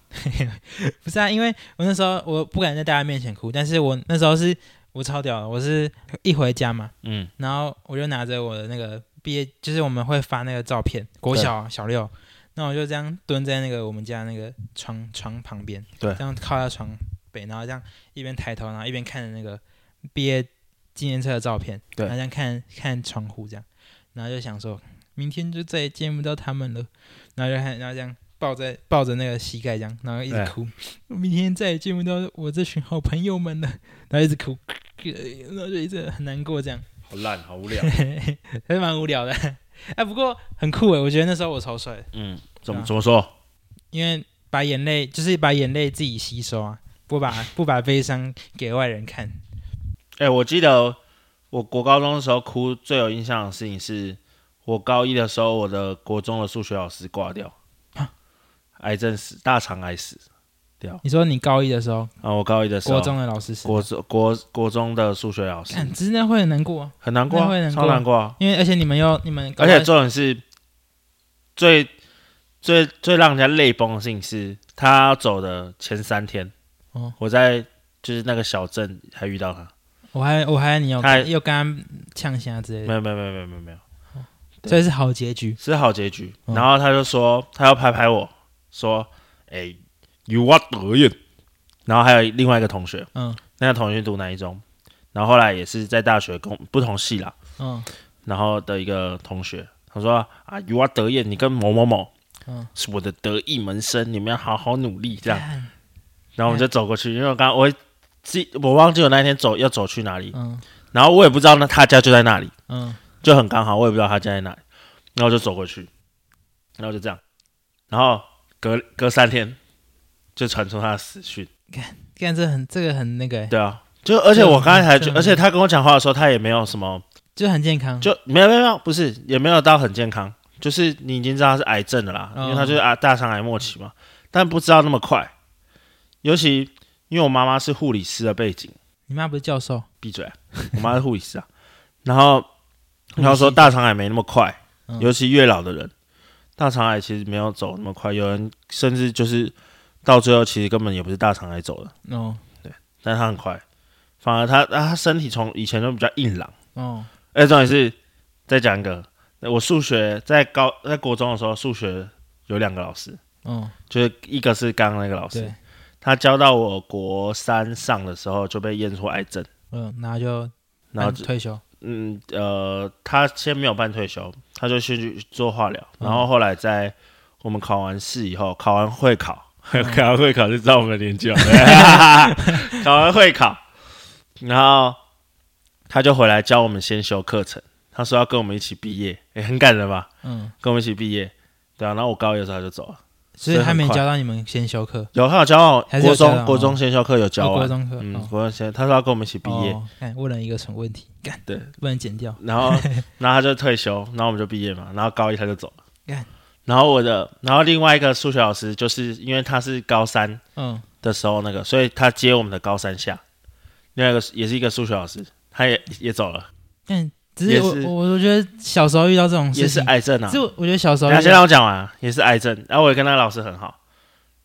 [SPEAKER 1] 不是啊，因为我那时候我不敢在大家面前哭，但是我那时候是我超屌的，我是一回家嘛，
[SPEAKER 2] 嗯，
[SPEAKER 1] 然后我就拿着我的那个毕业，就是我们会发那个照片，国小啊小六，那我就这样蹲在那个我们家那个床床旁边，
[SPEAKER 2] 对
[SPEAKER 1] 这样靠在床背，然后这样一边抬头，然后一边看着那个毕业纪念册的照片，
[SPEAKER 2] 对
[SPEAKER 1] 然后这样看看窗户这样，然后就想说，明天就再也见不到他们了，然后就看，然后这样。抱在抱着那个膝盖这样，然后一直
[SPEAKER 2] 对
[SPEAKER 1] 哭。我明天再也见不到我这群好朋友们了， 然后一直哭，然后就一直很难过这样。
[SPEAKER 2] 好烂，好无 聊。
[SPEAKER 1] 嗯还是蛮无聊的。哎，不过很酷哎，我觉得那时候我超帅，
[SPEAKER 2] 嗯，怎
[SPEAKER 1] 对啊
[SPEAKER 2] 么怎么说？
[SPEAKER 1] 因为把眼泪就是把眼泪自己吸收啊，不 把不把悲伤给外人看。
[SPEAKER 2] 哎，我记得我国高中的时候哭最有印象的事情是，我高一的时候，我的国中的数学老师挂掉
[SPEAKER 1] 啊，
[SPEAKER 2] 癌症死，大肠癌死
[SPEAKER 1] 你说你高一的时候，
[SPEAKER 2] 啊！我高一的时候，
[SPEAKER 1] 国中的老师是，
[SPEAKER 2] 国中国国中的数学老师
[SPEAKER 1] 看真的会很难过啊，
[SPEAKER 2] 很难过啊、
[SPEAKER 1] 那会难过
[SPEAKER 2] 超难过啊、
[SPEAKER 1] 因为而且你们又你们，
[SPEAKER 2] 而且重点是最最最让人家泪崩的事情是，他走的前三天，
[SPEAKER 1] 哦
[SPEAKER 2] 我在就是那个小镇还遇到他，
[SPEAKER 1] 我还我还你有哦
[SPEAKER 2] 他
[SPEAKER 1] 又跟他呛虾之类
[SPEAKER 2] 没
[SPEAKER 1] 的，
[SPEAKER 2] 有没有没有没有没有没有，对
[SPEAKER 1] 所以是好结局。
[SPEAKER 2] 是好结局。
[SPEAKER 1] 嗯
[SPEAKER 2] 然后他就说，他要拍拍我说，哎、有 y o 德运。然后还有另外一个同学，
[SPEAKER 1] 嗯
[SPEAKER 2] 那个同学读南一中，然后后来也是在大学跟我不同系啦，
[SPEAKER 1] 嗯
[SPEAKER 2] 然后的一个同学，他说啊，尤啊德彦，你跟某某某，
[SPEAKER 1] 嗯
[SPEAKER 2] 是我的得意门生，你们要好好努力这样。
[SPEAKER 1] 干
[SPEAKER 2] 然后我们就走过去，因为我刚刚我会记，我忘记我那天走要走去哪里，
[SPEAKER 1] 嗯
[SPEAKER 2] 然后我也不知道那他家就在那里，
[SPEAKER 1] 嗯，
[SPEAKER 2] 就很刚好，我也不知道他家在哪里，然后我就走过去，然后就这样，然后隔隔三天就传出他的死讯，
[SPEAKER 1] 干这很这个很那个欸，
[SPEAKER 2] 对啊。就而且我刚才还
[SPEAKER 1] 这
[SPEAKER 2] 觉，
[SPEAKER 1] 样
[SPEAKER 2] 而且他跟我讲话的时候，他也没有什么，
[SPEAKER 1] 就很健康。
[SPEAKER 2] 就没有没有没有，不是也没有到很健康，就是你已经知道他是癌症的啦，
[SPEAKER 1] 嗯
[SPEAKER 2] 因为他就是啊大肠癌末期嘛，但不知道那么快，尤其因为我妈妈是护理师的背景，
[SPEAKER 1] 你妈不是教授？
[SPEAKER 2] 闭嘴啊、我妈是护理师啊，然后然后说大肠癌没那么快，
[SPEAKER 1] 嗯
[SPEAKER 2] 尤其越老的人，大肠癌其实没有走那么快，有人甚至就是到最后其实根本也不是大肠癌走的，
[SPEAKER 1] 哦
[SPEAKER 2] 但他很快，反而他啊他身体从以前就比较硬朗。
[SPEAKER 1] 哦，
[SPEAKER 2] 哎，重点是再讲一个，我数学在高在国中的时候，数学有两个老师，
[SPEAKER 1] 哦，
[SPEAKER 2] 就是一个是刚刚那个老师
[SPEAKER 1] 对，
[SPEAKER 2] 他教到我国三上的时候就被验出癌症，
[SPEAKER 1] 嗯，然后就
[SPEAKER 2] 然后
[SPEAKER 1] 嗯
[SPEAKER 2] 就
[SPEAKER 1] 退休。
[SPEAKER 2] 嗯呃，他先没有办退休，他就先去做化疗，然后后来在我们考完试以后，考完会考， 考完会考就知道我们的年纪了， 考完会考，然后他就回来教我们先修课程，他说要跟我们一起毕业，也、很感人吧，
[SPEAKER 1] 嗯，
[SPEAKER 2] 跟我们一起毕业，对啊，然后我高一的时候他就走了，
[SPEAKER 1] 所以
[SPEAKER 2] 所以
[SPEAKER 1] 还
[SPEAKER 2] 很
[SPEAKER 1] 没
[SPEAKER 2] 快
[SPEAKER 1] 教到你们先修课，
[SPEAKER 2] 有他有教我
[SPEAKER 1] 还是有
[SPEAKER 2] 国
[SPEAKER 1] 教到
[SPEAKER 2] 中国
[SPEAKER 1] 哦
[SPEAKER 2] 中先修课有教
[SPEAKER 1] 哦
[SPEAKER 2] 完，
[SPEAKER 1] 国中课，
[SPEAKER 2] 嗯，
[SPEAKER 1] 哦
[SPEAKER 2] 国中先他说要跟我们一起毕业，
[SPEAKER 1] 哦看问了一个什么问题？干，
[SPEAKER 2] 对，
[SPEAKER 1] 不能剪掉。
[SPEAKER 2] 然后然后他就退休，然后我们就毕业嘛，然后高一他就走了
[SPEAKER 1] 干，
[SPEAKER 2] 然后我的，然后另外一个数学老师，就是因为他是高三
[SPEAKER 1] 嗯，
[SPEAKER 2] 的时候那个，所以他接我们的高三下。另外一个也是一个数学老师，他也也走了，
[SPEAKER 1] 但只
[SPEAKER 2] 也
[SPEAKER 1] 是
[SPEAKER 2] 是
[SPEAKER 1] 我我我觉得小时候遇到这种
[SPEAKER 2] 也
[SPEAKER 1] 事
[SPEAKER 2] 是
[SPEAKER 1] 情，
[SPEAKER 2] 癌症啊
[SPEAKER 1] 只。是我觉得小时候
[SPEAKER 2] 等一下
[SPEAKER 1] 遇
[SPEAKER 2] 先
[SPEAKER 1] 到
[SPEAKER 2] 让我讲完啊，也是癌症。然后我也跟那个老师很好，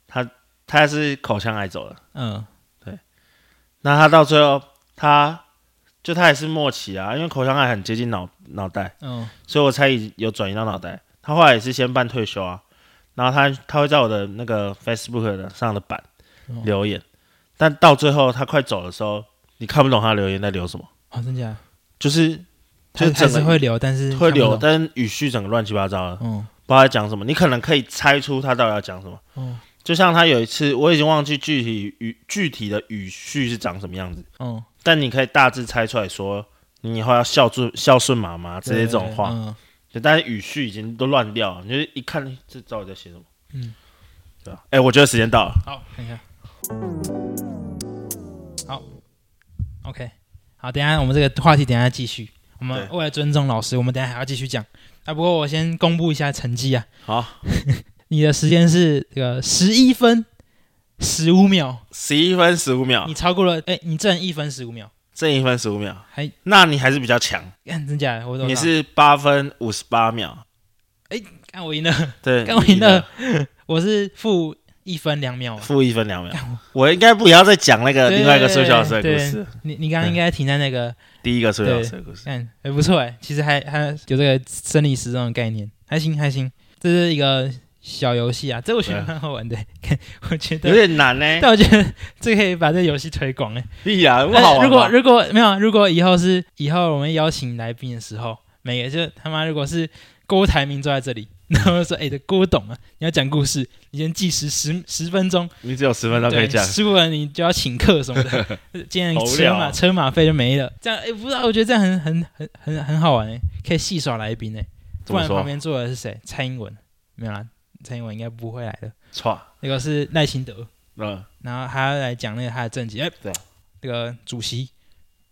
[SPEAKER 2] 他他是口腔癌走了。
[SPEAKER 1] 嗯
[SPEAKER 2] 那他到最后，他就他也是末期啊，因为口腔癌很接近脑脑袋，
[SPEAKER 1] 嗯
[SPEAKER 2] 所以我猜疑有转移到脑袋。他后来也是先办退休啊，然后他他会在我的那个 Facebook 的上的版
[SPEAKER 1] 哦
[SPEAKER 2] 留言，但到最后他快走的时候，你看不懂他留言在留什么，
[SPEAKER 1] 哦，真假？
[SPEAKER 2] 就是
[SPEAKER 1] 还
[SPEAKER 2] 就是
[SPEAKER 1] 还
[SPEAKER 2] 整
[SPEAKER 1] 是
[SPEAKER 2] 个
[SPEAKER 1] 会留，但是
[SPEAKER 2] 会留，
[SPEAKER 1] 看不懂
[SPEAKER 2] 但是语序整个乱七八糟的，
[SPEAKER 1] 嗯
[SPEAKER 2] 不知道在讲什么。你可能可以猜出他到底要讲什么。
[SPEAKER 1] 嗯
[SPEAKER 2] 就像他有一次，我已经忘记具体语具体的语序是长什么样子，
[SPEAKER 1] 嗯，
[SPEAKER 2] 但你可以大致猜出来说，你以后要孝顺孝顺妈妈之类这种话。
[SPEAKER 1] 嗯
[SPEAKER 2] 对，但是语序已经都乱掉了，你就是一看哎这到底在写什么。
[SPEAKER 1] 嗯，
[SPEAKER 2] 对吧？哎、我觉得时间到了。
[SPEAKER 1] 好，看一下。好，OK，好，等一下我们这个话题等一下继续。我们
[SPEAKER 2] 对
[SPEAKER 1] 为了尊重老师，我们等一下还要继续讲。啊，不过我先公布一下成绩啊，
[SPEAKER 2] 好，
[SPEAKER 1] 你的时间是这个十一分十五秒，
[SPEAKER 2] 十一分十五秒
[SPEAKER 1] 你，超过了，哎、你正一分十五秒，
[SPEAKER 2] 正一分十五秒，
[SPEAKER 1] 还
[SPEAKER 2] 那你还是比较强，
[SPEAKER 1] 干真假的？我多少
[SPEAKER 2] 你是八分五十八秒。
[SPEAKER 1] 干我赢了，
[SPEAKER 2] 对，
[SPEAKER 1] 干我赢了，我是负一分两秒啊。
[SPEAKER 2] 负一分两秒。我应该不要再讲那个
[SPEAKER 1] 对
[SPEAKER 2] 另外一个数学老师的故
[SPEAKER 1] 对
[SPEAKER 2] 事，
[SPEAKER 1] 你你刚刚应该停在那个，
[SPEAKER 2] 第一个数学老师的故事。
[SPEAKER 1] 嗯，还不错哎，其实还还有这个生理时钟的概念，还行还行，这是一个小游戏啊，这我觉得
[SPEAKER 2] 对
[SPEAKER 1] 蛮好玩的，看我觉
[SPEAKER 2] 有
[SPEAKER 1] 得，
[SPEAKER 2] 点难呢、欸，
[SPEAKER 1] 但我觉得这可以把这游戏推广哎。
[SPEAKER 2] 必然不
[SPEAKER 1] 但
[SPEAKER 2] 好玩吧。
[SPEAKER 1] 如果如果没有，如果以后是以后我们邀请来宾的时候，每个就他妈如果是郭台铭坐在这里，然后就说：“哎、这郭董啊，你要讲故事，你先计时十十分钟，
[SPEAKER 2] 你只有十分钟可
[SPEAKER 1] 对，
[SPEAKER 2] 以讲，
[SPEAKER 1] 输了你就要请客什么 的，今天
[SPEAKER 2] 好无
[SPEAKER 1] 车
[SPEAKER 2] 聊
[SPEAKER 1] 马
[SPEAKER 2] 啊
[SPEAKER 1] 车马费就没了。这样哎、不知道，我觉得这样很很很很很好玩哎、可以戏耍来宾哎、
[SPEAKER 2] 怎
[SPEAKER 1] 不
[SPEAKER 2] 么
[SPEAKER 1] 然旁
[SPEAKER 2] 说？
[SPEAKER 1] 边坐的是谁？蔡英文没有啦，蔡英文应该不会来的。
[SPEAKER 2] 错，
[SPEAKER 1] 那个是赖清德，
[SPEAKER 2] 嗯，
[SPEAKER 1] 然后他要来讲那个他的政绩。哎、
[SPEAKER 2] 对，
[SPEAKER 1] 那个主席，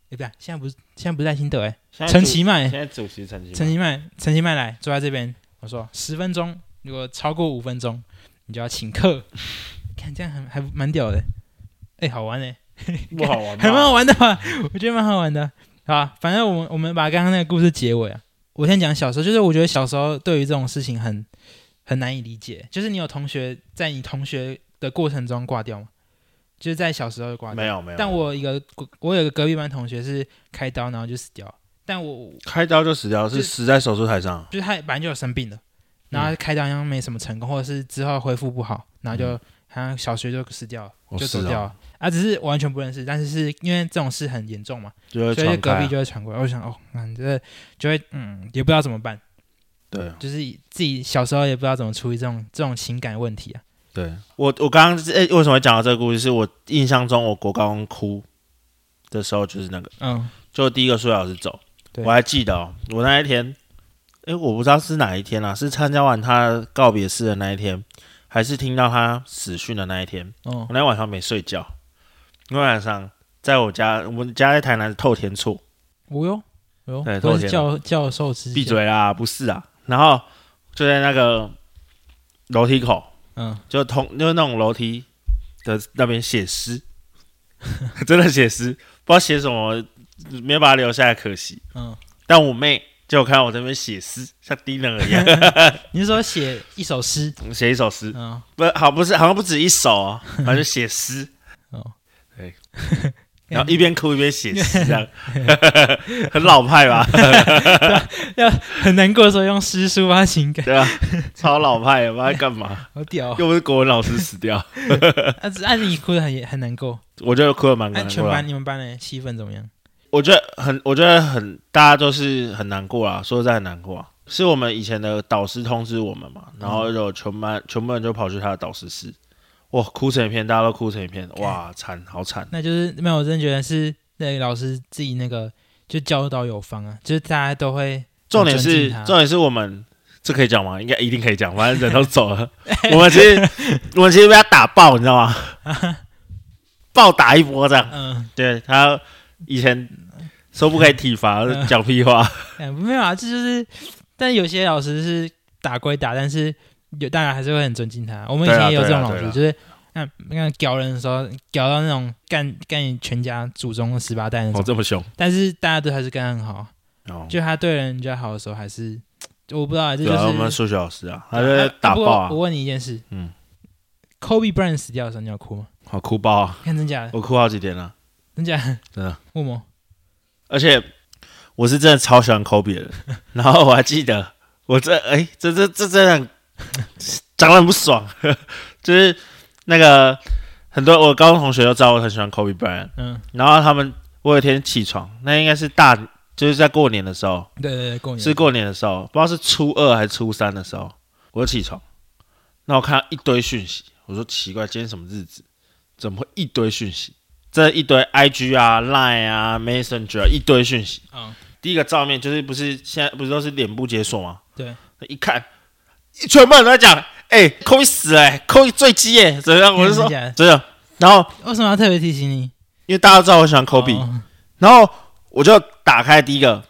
[SPEAKER 1] 哎、不对，现在不是现在不是赖清德哎、
[SPEAKER 2] 现在
[SPEAKER 1] 陈
[SPEAKER 2] 主
[SPEAKER 1] 其迈、
[SPEAKER 2] 现在主席陈其
[SPEAKER 1] 陈
[SPEAKER 2] 迈，
[SPEAKER 1] 其迈，陈其迈来坐在这边，我说十分钟，如果超过五分钟，你就要请客。 看这样还还蛮屌的，哎、好玩哎、
[SPEAKER 2] 不好玩吧，
[SPEAKER 1] 还蛮好玩的吧？我觉得蛮好玩的，好吧？反正我们我们把刚刚那个故事结尾啊，我先讲小时候，就是我觉得小时候对于这种事情很很难以理解，就是你有同学在你同学的过程中挂掉吗？就是在小时候挂掉
[SPEAKER 2] 没。有没有，
[SPEAKER 1] 但我有一个我有一个隔壁班同学是开刀然后就死掉了，但我
[SPEAKER 2] 开刀就死掉，
[SPEAKER 1] 就是
[SPEAKER 2] 死在手术台上。
[SPEAKER 1] 就是他本来就有生病的，然后他开刀好像没什么成功，或者是之后恢复不好，然后就好像小学就死掉了，
[SPEAKER 2] 嗯哦
[SPEAKER 1] 就走
[SPEAKER 2] 是哦
[SPEAKER 1] 掉了。啊，只是完全不认识，但是是因为这种事很严重嘛，
[SPEAKER 2] 就会
[SPEAKER 1] 所以
[SPEAKER 2] 传
[SPEAKER 1] 隔
[SPEAKER 2] 开
[SPEAKER 1] 壁
[SPEAKER 2] 啊，
[SPEAKER 1] 就会传过来。我想，哦，那你这就会，嗯，也不知道怎么办，
[SPEAKER 2] 对
[SPEAKER 1] 就是自己小时候也不知道怎么处理这种这种情感问题啊。
[SPEAKER 2] 对。我我刚刚诶，为什么会讲到这个故事？是我印象中，我国高中哭的时候就是那个，
[SPEAKER 1] 嗯，
[SPEAKER 2] 就第一个数学老师走，
[SPEAKER 1] 对
[SPEAKER 2] 我还记得哦，我那一天，诶，我不知道是哪一天啊，是参加完他告别式的那一天，还是听到他死讯的那一天？
[SPEAKER 1] 哦，
[SPEAKER 2] 我那天晚上没睡觉，那天晚上在我家，我们家在台南的透天厝，
[SPEAKER 1] 我哟，我哟，
[SPEAKER 2] 对
[SPEAKER 1] 我
[SPEAKER 2] 透
[SPEAKER 1] 是
[SPEAKER 2] 天
[SPEAKER 1] 教教授之
[SPEAKER 2] 啊闭
[SPEAKER 1] 间，
[SPEAKER 2] 嘴啦，不是啊，然后就在那个楼梯口，
[SPEAKER 1] 嗯，
[SPEAKER 2] 就同就是那种楼梯的那边写诗， 真的写诗，不知道写什么，没把它留下来，可惜。
[SPEAKER 1] 嗯，
[SPEAKER 2] 但我妹就有看到我在那边写诗，像低能儿 一样
[SPEAKER 1] 你是说写一首诗？
[SPEAKER 2] 写一首诗，
[SPEAKER 1] 嗯，
[SPEAKER 2] 不好不是好像不止一首哦，反正就写诗
[SPEAKER 1] 哦。
[SPEAKER 2] 对，然后一边哭一边写诗，这样很老派 吧？
[SPEAKER 1] 很难过的时候用诗抒发情感，
[SPEAKER 2] 对吧？超老派的，不知道在干嘛？
[SPEAKER 1] 好屌哦。
[SPEAKER 2] 又不是国文老师死掉，
[SPEAKER 1] 啊，只按你哭的很很难过。
[SPEAKER 2] 我觉得哭的蛮
[SPEAKER 1] 按
[SPEAKER 2] 难
[SPEAKER 1] 全
[SPEAKER 2] 过的
[SPEAKER 1] 班。你们班的气氛怎么样？
[SPEAKER 2] 我觉得很，我觉得很，大家都是很难过啦，说实在很难过啊。是我们以前的导师通知我们嘛，然后有全班全部人就跑去他的导师室，哇，哭成一片，大家都哭成一片，哇，惨，好惨。
[SPEAKER 1] 那就是没有，我真的觉得是那个老师自己那个就教导有方啊，就是大家都会
[SPEAKER 2] 重点
[SPEAKER 1] 尊
[SPEAKER 2] 是
[SPEAKER 1] 敬他，
[SPEAKER 2] 重点是我们这可以讲吗？应该一定可以讲，反正人都走了。我们其实我们其实被他打爆，你知道吗？暴打一波这样。
[SPEAKER 1] 嗯，
[SPEAKER 2] 对他以前说不可以体罚，
[SPEAKER 1] 嗯
[SPEAKER 2] 讲屁话。
[SPEAKER 1] 哎，没有啊，这就是，但有些老师是打归打，但是有大家还是会很尊敬他。我们以
[SPEAKER 2] 对啊
[SPEAKER 1] 前也有这种
[SPEAKER 2] 对啊
[SPEAKER 1] 老
[SPEAKER 2] 对
[SPEAKER 1] 师，
[SPEAKER 2] 啊
[SPEAKER 1] 就是那那屌人的时候，屌到那种干干你全家祖宗十八代那种，
[SPEAKER 2] 哦，这么凶
[SPEAKER 1] 但是大家都还是跟他很好，啊
[SPEAKER 2] 哦。
[SPEAKER 1] 就他对人家好的时候，还是我不知道，这
[SPEAKER 2] 对
[SPEAKER 1] 就
[SPEAKER 2] 啊，我
[SPEAKER 1] 是
[SPEAKER 2] 们数学老师啊，他在
[SPEAKER 1] 啊
[SPEAKER 2] 打
[SPEAKER 1] 不过
[SPEAKER 2] 爆啊
[SPEAKER 1] 我，问你一件事，
[SPEAKER 2] 嗯
[SPEAKER 1] ，Kobe Bryant 死掉的时候，你有哭吗？
[SPEAKER 2] 好哭爆啊，
[SPEAKER 1] 看真假的，
[SPEAKER 2] 我哭好几天了，
[SPEAKER 1] 真假的，
[SPEAKER 2] 真的。
[SPEAKER 1] 默默
[SPEAKER 2] 而且我是真的超喜欢科比的 人，然后我还记得我这哎、这这这真的很讲的很不爽， 就是那个很多我高中同学都知道我很喜欢科比 b r
[SPEAKER 1] 嗯，
[SPEAKER 2] 然后他们我有一天起床，那应该是大就是在过年的时候，
[SPEAKER 1] 对对对，过年
[SPEAKER 2] 是过年的时候，不知道是初二还是初三的时候，我起床，那我看到一堆讯息，我说奇怪，今天什么日子？怎么会一堆讯息？这一堆 IG 啊、Line 啊、Messenger 啊一堆讯息。
[SPEAKER 1] 嗯，
[SPEAKER 2] 第一个照面就是不是现在不是都是脸部解锁吗？
[SPEAKER 1] 对，
[SPEAKER 2] 一看，全部人都在讲，哎、扣一死哎、扣一坠机哎，怎么样？我就说
[SPEAKER 1] 真的假的
[SPEAKER 2] 真的。然后
[SPEAKER 1] 为什么要特别提醒你
[SPEAKER 2] 因为大家都知道我喜欢科比，
[SPEAKER 1] 哦
[SPEAKER 2] 然后我就打开第一个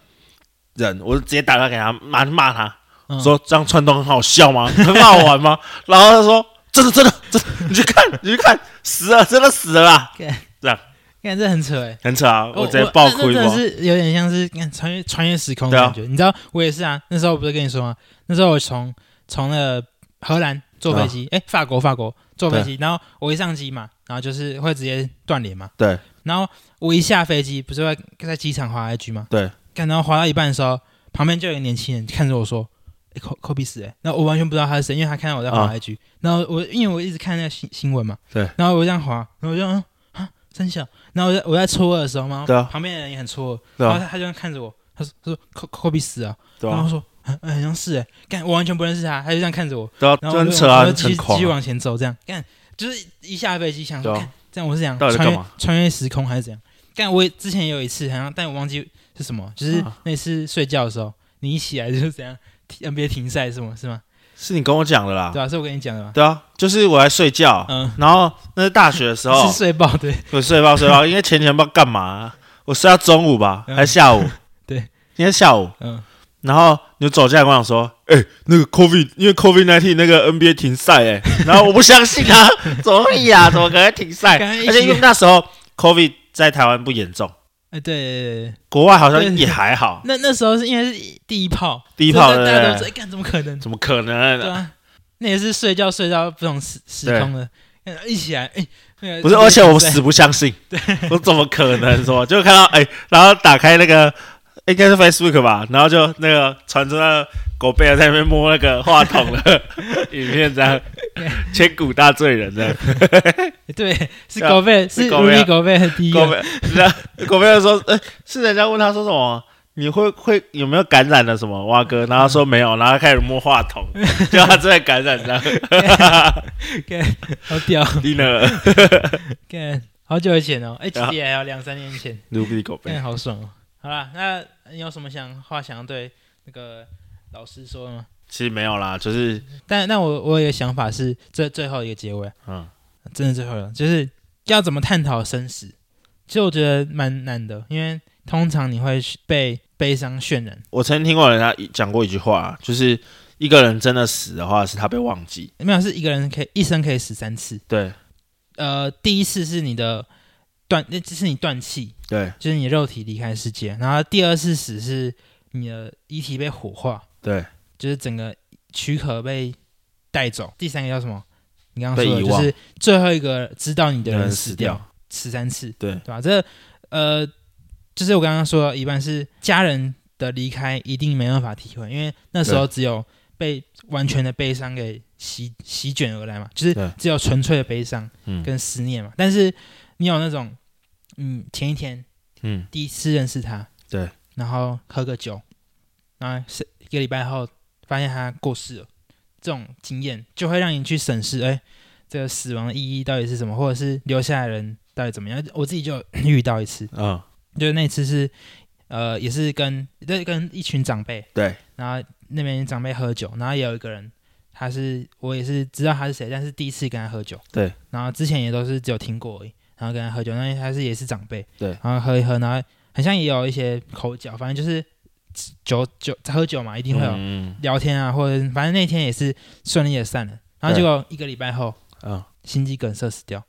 [SPEAKER 2] 人，我就直接打电话给他，骂骂他，
[SPEAKER 1] 嗯
[SPEAKER 2] 说这样串通很好笑吗？ 很好玩吗？然后他说真的真的真的，你去看 你去看，死了真的死了啦，
[SPEAKER 1] 干
[SPEAKER 2] 这样
[SPEAKER 1] 看这很扯哎。
[SPEAKER 2] 很扯啊，
[SPEAKER 1] 我
[SPEAKER 2] 我直接爆
[SPEAKER 1] 我
[SPEAKER 2] 哭
[SPEAKER 1] 那那
[SPEAKER 2] 一
[SPEAKER 1] 真的
[SPEAKER 2] 波。
[SPEAKER 1] 是有点像是看穿越穿越时空的
[SPEAKER 2] 对啊
[SPEAKER 1] 感觉。你知道我也是啊，那时候我不是跟你说吗？那时候我从从那个荷兰坐飞
[SPEAKER 2] 嗯
[SPEAKER 1] 机，哎、法国法国坐飞机，然后我一上机嘛，然后就是会直接断联嘛。
[SPEAKER 2] 对。
[SPEAKER 1] 然后我一下飞机，不是会在机场滑 IG 吗？
[SPEAKER 2] 对
[SPEAKER 1] 干。然后滑到一半的时候，旁边就有一个年轻人看着我说。哎科科比死哎、然后我完全不知道他是谁，因为他看到我在滑
[SPEAKER 2] 啊
[SPEAKER 1] IG，、然后我因为我一直看那个新新闻嘛，
[SPEAKER 2] 对，
[SPEAKER 1] 然后我这样滑，然后我就嗯啊真小，然后我在我在搓的时候嘛，
[SPEAKER 2] 对啊
[SPEAKER 1] 旁边的人也很搓，
[SPEAKER 2] 对
[SPEAKER 1] 然后
[SPEAKER 2] 啊
[SPEAKER 1] 他他就这样看着我，他说他说科科比死啊，
[SPEAKER 2] 对
[SPEAKER 1] 然后
[SPEAKER 2] 啊
[SPEAKER 1] 我说嗯、嗯好像是哎、干我完全不认识他，他就这样看着我，
[SPEAKER 2] 对啊，
[SPEAKER 1] 然后我
[SPEAKER 2] 真
[SPEAKER 1] 就
[SPEAKER 2] 扯啊，
[SPEAKER 1] 我就
[SPEAKER 2] 很
[SPEAKER 1] 继续
[SPEAKER 2] 很
[SPEAKER 1] 继
[SPEAKER 2] 狂
[SPEAKER 1] 续
[SPEAKER 2] 啊。
[SPEAKER 1] 往前走，这样干就是一下飞机想说、
[SPEAKER 2] 对啊
[SPEAKER 1] 干这样我是想
[SPEAKER 2] 到底在
[SPEAKER 1] 穿越
[SPEAKER 2] 干嘛
[SPEAKER 1] 穿越时空还是怎样？干我也之前也有一次好像，但我忘记是什么，就是
[SPEAKER 2] 啊
[SPEAKER 1] 那次睡觉的时候，你一起来就是怎样 踢 NBA 停赛是吗？是吗？
[SPEAKER 2] 是你跟我讲的啦
[SPEAKER 1] 对，吧、是我跟你讲的吗？
[SPEAKER 2] 对啊，就是我在睡觉，
[SPEAKER 1] 嗯，
[SPEAKER 2] 然后啊那是哦大学的时候
[SPEAKER 1] 是，睡爆对，
[SPEAKER 2] 我睡吧睡吧，因为前天不知道干嘛、我睡到中午吧，
[SPEAKER 1] 嗯
[SPEAKER 2] 还是下午？
[SPEAKER 1] 对，
[SPEAKER 2] 今天下午，
[SPEAKER 1] 嗯，
[SPEAKER 2] 然后你就走进来跟我讲说，哎、那个 COVID，因为 COVID nineteen 那个 NBA 停赛哎、 然后我不相信啊， 怎么会呀、怎么可能停赛？
[SPEAKER 1] 刚刚一起啊
[SPEAKER 2] 而且因为那时候 COVID 在台湾不严重，
[SPEAKER 1] 哎、对对对对，
[SPEAKER 2] 国外好像也 还好，
[SPEAKER 1] 那那时候是因为是第一炮，
[SPEAKER 2] 第一炮
[SPEAKER 1] 所以大
[SPEAKER 2] 对
[SPEAKER 1] 大家
[SPEAKER 2] 不对
[SPEAKER 1] 都说哎干怎么可能？
[SPEAKER 2] 怎么可能？
[SPEAKER 1] 对啊，那也是睡觉睡到不同时时空的，嗯一起来，哎、那个
[SPEAKER 2] 不是，
[SPEAKER 1] 这个
[SPEAKER 2] 而且我
[SPEAKER 1] 比赛
[SPEAKER 2] 死不相信，我怎么可能说？就看到哎、然后打开那个应该是 Facebook 吧，然后就那个传出那个狗贝尔在那边摸那个话筒的 影片，这样 千古大罪人这样。
[SPEAKER 1] 对是
[SPEAKER 2] 对啊
[SPEAKER 1] 狗贝是
[SPEAKER 2] 是狗
[SPEAKER 1] 如
[SPEAKER 2] 贝
[SPEAKER 1] 力
[SPEAKER 2] 啊
[SPEAKER 1] 狗贝的第一
[SPEAKER 2] 狗
[SPEAKER 1] 个，
[SPEAKER 2] 贝尔，那狗贝尔说，哎、是人家问他说什么？你会会有没有感染了什么蛙哥？然后他说没有，然后他开始摸话筒， 就他真的感染了，
[SPEAKER 1] 干好屌，
[SPEAKER 2] 低了
[SPEAKER 1] 干好久以前哦，哎、
[SPEAKER 2] 啊
[SPEAKER 1] 其实也有两三年前，
[SPEAKER 2] 牛逼狗贝
[SPEAKER 1] 干好爽哦。好啦，那你有什么想话想要对那个老师说的吗？
[SPEAKER 2] 其实没有啦，就是
[SPEAKER 1] 但但我我有一个想法是最最后一个结尾，啊
[SPEAKER 2] 嗯，
[SPEAKER 1] 真的最后了，就是要怎么探讨生死，其实我觉得蛮难的，因为通常你会被悲伤渲染，
[SPEAKER 2] 我曾经听过人家讲过一句话，就是一个人真的死的话，是他被忘记。
[SPEAKER 1] 没有是一个人可以一生可以死三次，
[SPEAKER 2] 对
[SPEAKER 1] 呃，第一次是你的断，那这是你断气，
[SPEAKER 2] 对
[SPEAKER 1] 就是你肉体离开世界，然后第二次死是你的遗体被火化，
[SPEAKER 2] 对，
[SPEAKER 1] 就是整个躯壳被带走，第三个叫什么？你刚刚
[SPEAKER 2] 被
[SPEAKER 1] 说的
[SPEAKER 2] 遗
[SPEAKER 1] 就
[SPEAKER 2] 忘
[SPEAKER 1] 是最后一个知道你的
[SPEAKER 2] 有
[SPEAKER 1] 人
[SPEAKER 2] 人
[SPEAKER 1] 死
[SPEAKER 2] 死
[SPEAKER 1] 掉
[SPEAKER 2] 掉，
[SPEAKER 1] 死三次，
[SPEAKER 2] 对
[SPEAKER 1] 对吧、啊这呃，就是我刚刚说的一半是家人的离开，一定没办法体会，因为那时候只有被完全的悲伤给席席卷而来嘛，就是
[SPEAKER 2] 对
[SPEAKER 1] 只有纯粹的悲伤
[SPEAKER 2] 嗯
[SPEAKER 1] 跟思念嘛。但是你有那种，嗯，前一天
[SPEAKER 2] 嗯，
[SPEAKER 1] 第一次认识他，
[SPEAKER 2] 对，
[SPEAKER 1] 然后喝个酒，然后是一个礼拜后发现他过世了，这种经验就会让你去审视，哎，这个死亡的意义到底是什么，或者是留下来的人到底怎么样？我自己就 遇到一次，
[SPEAKER 2] 嗯，
[SPEAKER 1] 就是那次是，呃，也是跟对跟一群长辈，
[SPEAKER 2] 对，
[SPEAKER 1] 然后那边长辈喝酒，然后也有一个人，他是我也是知道他是谁，但是第一次跟他喝酒，
[SPEAKER 2] 对，
[SPEAKER 1] 然后之前也都是只有听过而已，然后跟他喝酒，那他是也是长辈，
[SPEAKER 2] 对
[SPEAKER 1] 然后喝一喝，然后很像也有一些口角，反正就是酒酒喝酒嘛，一定会有
[SPEAKER 2] 嗯
[SPEAKER 1] 聊天啊，或者反正那天也是顺利的散了。然后结果一个礼拜后，
[SPEAKER 2] 嗯
[SPEAKER 1] 心肌梗塞死掉。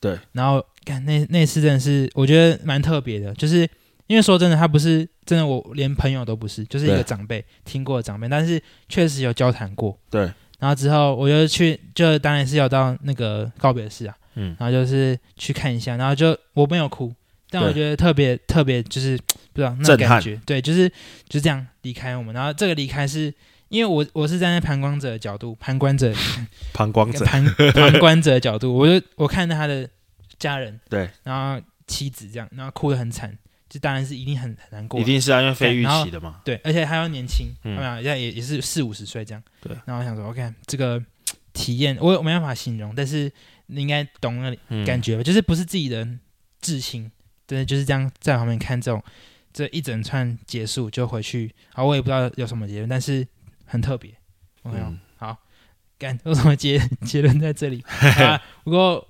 [SPEAKER 2] 对，
[SPEAKER 1] 然后看那那次真的是我觉得蛮特别的，就是因为说真的，他不是真的，我连朋友都不是，就是一个
[SPEAKER 2] 对
[SPEAKER 1] 长辈听过的长辈，但是确实有交谈过。
[SPEAKER 2] 对，
[SPEAKER 1] 然后之后我就去，就当然是要到那个告别式啊，
[SPEAKER 2] 嗯
[SPEAKER 1] 然后就是去看一下，然后就我没有哭，但
[SPEAKER 2] 对
[SPEAKER 1] 我觉得特别特别就是不知道那个
[SPEAKER 2] 震撼
[SPEAKER 1] 感觉，对，就是就是这样离开我们，然后这个离开是因为我我是站在旁观者的角度，旁观者
[SPEAKER 2] 膀胱症，
[SPEAKER 1] 旁 旁观者的角度，我就我看着他的家人，
[SPEAKER 2] 对，
[SPEAKER 1] 然后妻子这样，然后哭得很惨，就当然是一定很很难过啊，
[SPEAKER 2] 一定是啊，因为非
[SPEAKER 1] 对
[SPEAKER 2] 预
[SPEAKER 1] 然后
[SPEAKER 2] 期的嘛，
[SPEAKER 1] 对，而且还要年轻，
[SPEAKER 2] 嗯
[SPEAKER 1] 他们好像也也是四五十岁这样。
[SPEAKER 2] 对
[SPEAKER 1] 然后我想说，OK，这个体验我我没办法形容，但是你应该懂那里
[SPEAKER 2] 嗯
[SPEAKER 1] 感觉吧？就是不是自己的至亲，真的就是这样在旁边看这种这一整串结束就回去，好，我也不知道有什么结论，但是很特别。我想、
[SPEAKER 2] 嗯
[SPEAKER 1] 好，干 有什么结结论在这 里？啊，不过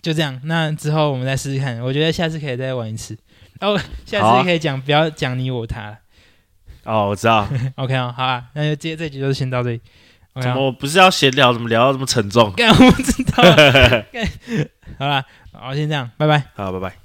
[SPEAKER 1] 就这样，那之后我们再试试看，我觉得下次可以再玩一次。哦，下
[SPEAKER 2] 好啊
[SPEAKER 1] 次可以讲，不要讲你我他了。
[SPEAKER 2] 哦，我知道，
[SPEAKER 1] OK 啊，好啊，那就接这集就先到这里。OK
[SPEAKER 2] 怎
[SPEAKER 1] 啊
[SPEAKER 2] 么，我不是要闲聊，怎么聊 到这么沉重？
[SPEAKER 1] 干我不知道啊，干好啦，好，先这样，拜拜。
[SPEAKER 2] 好，拜拜。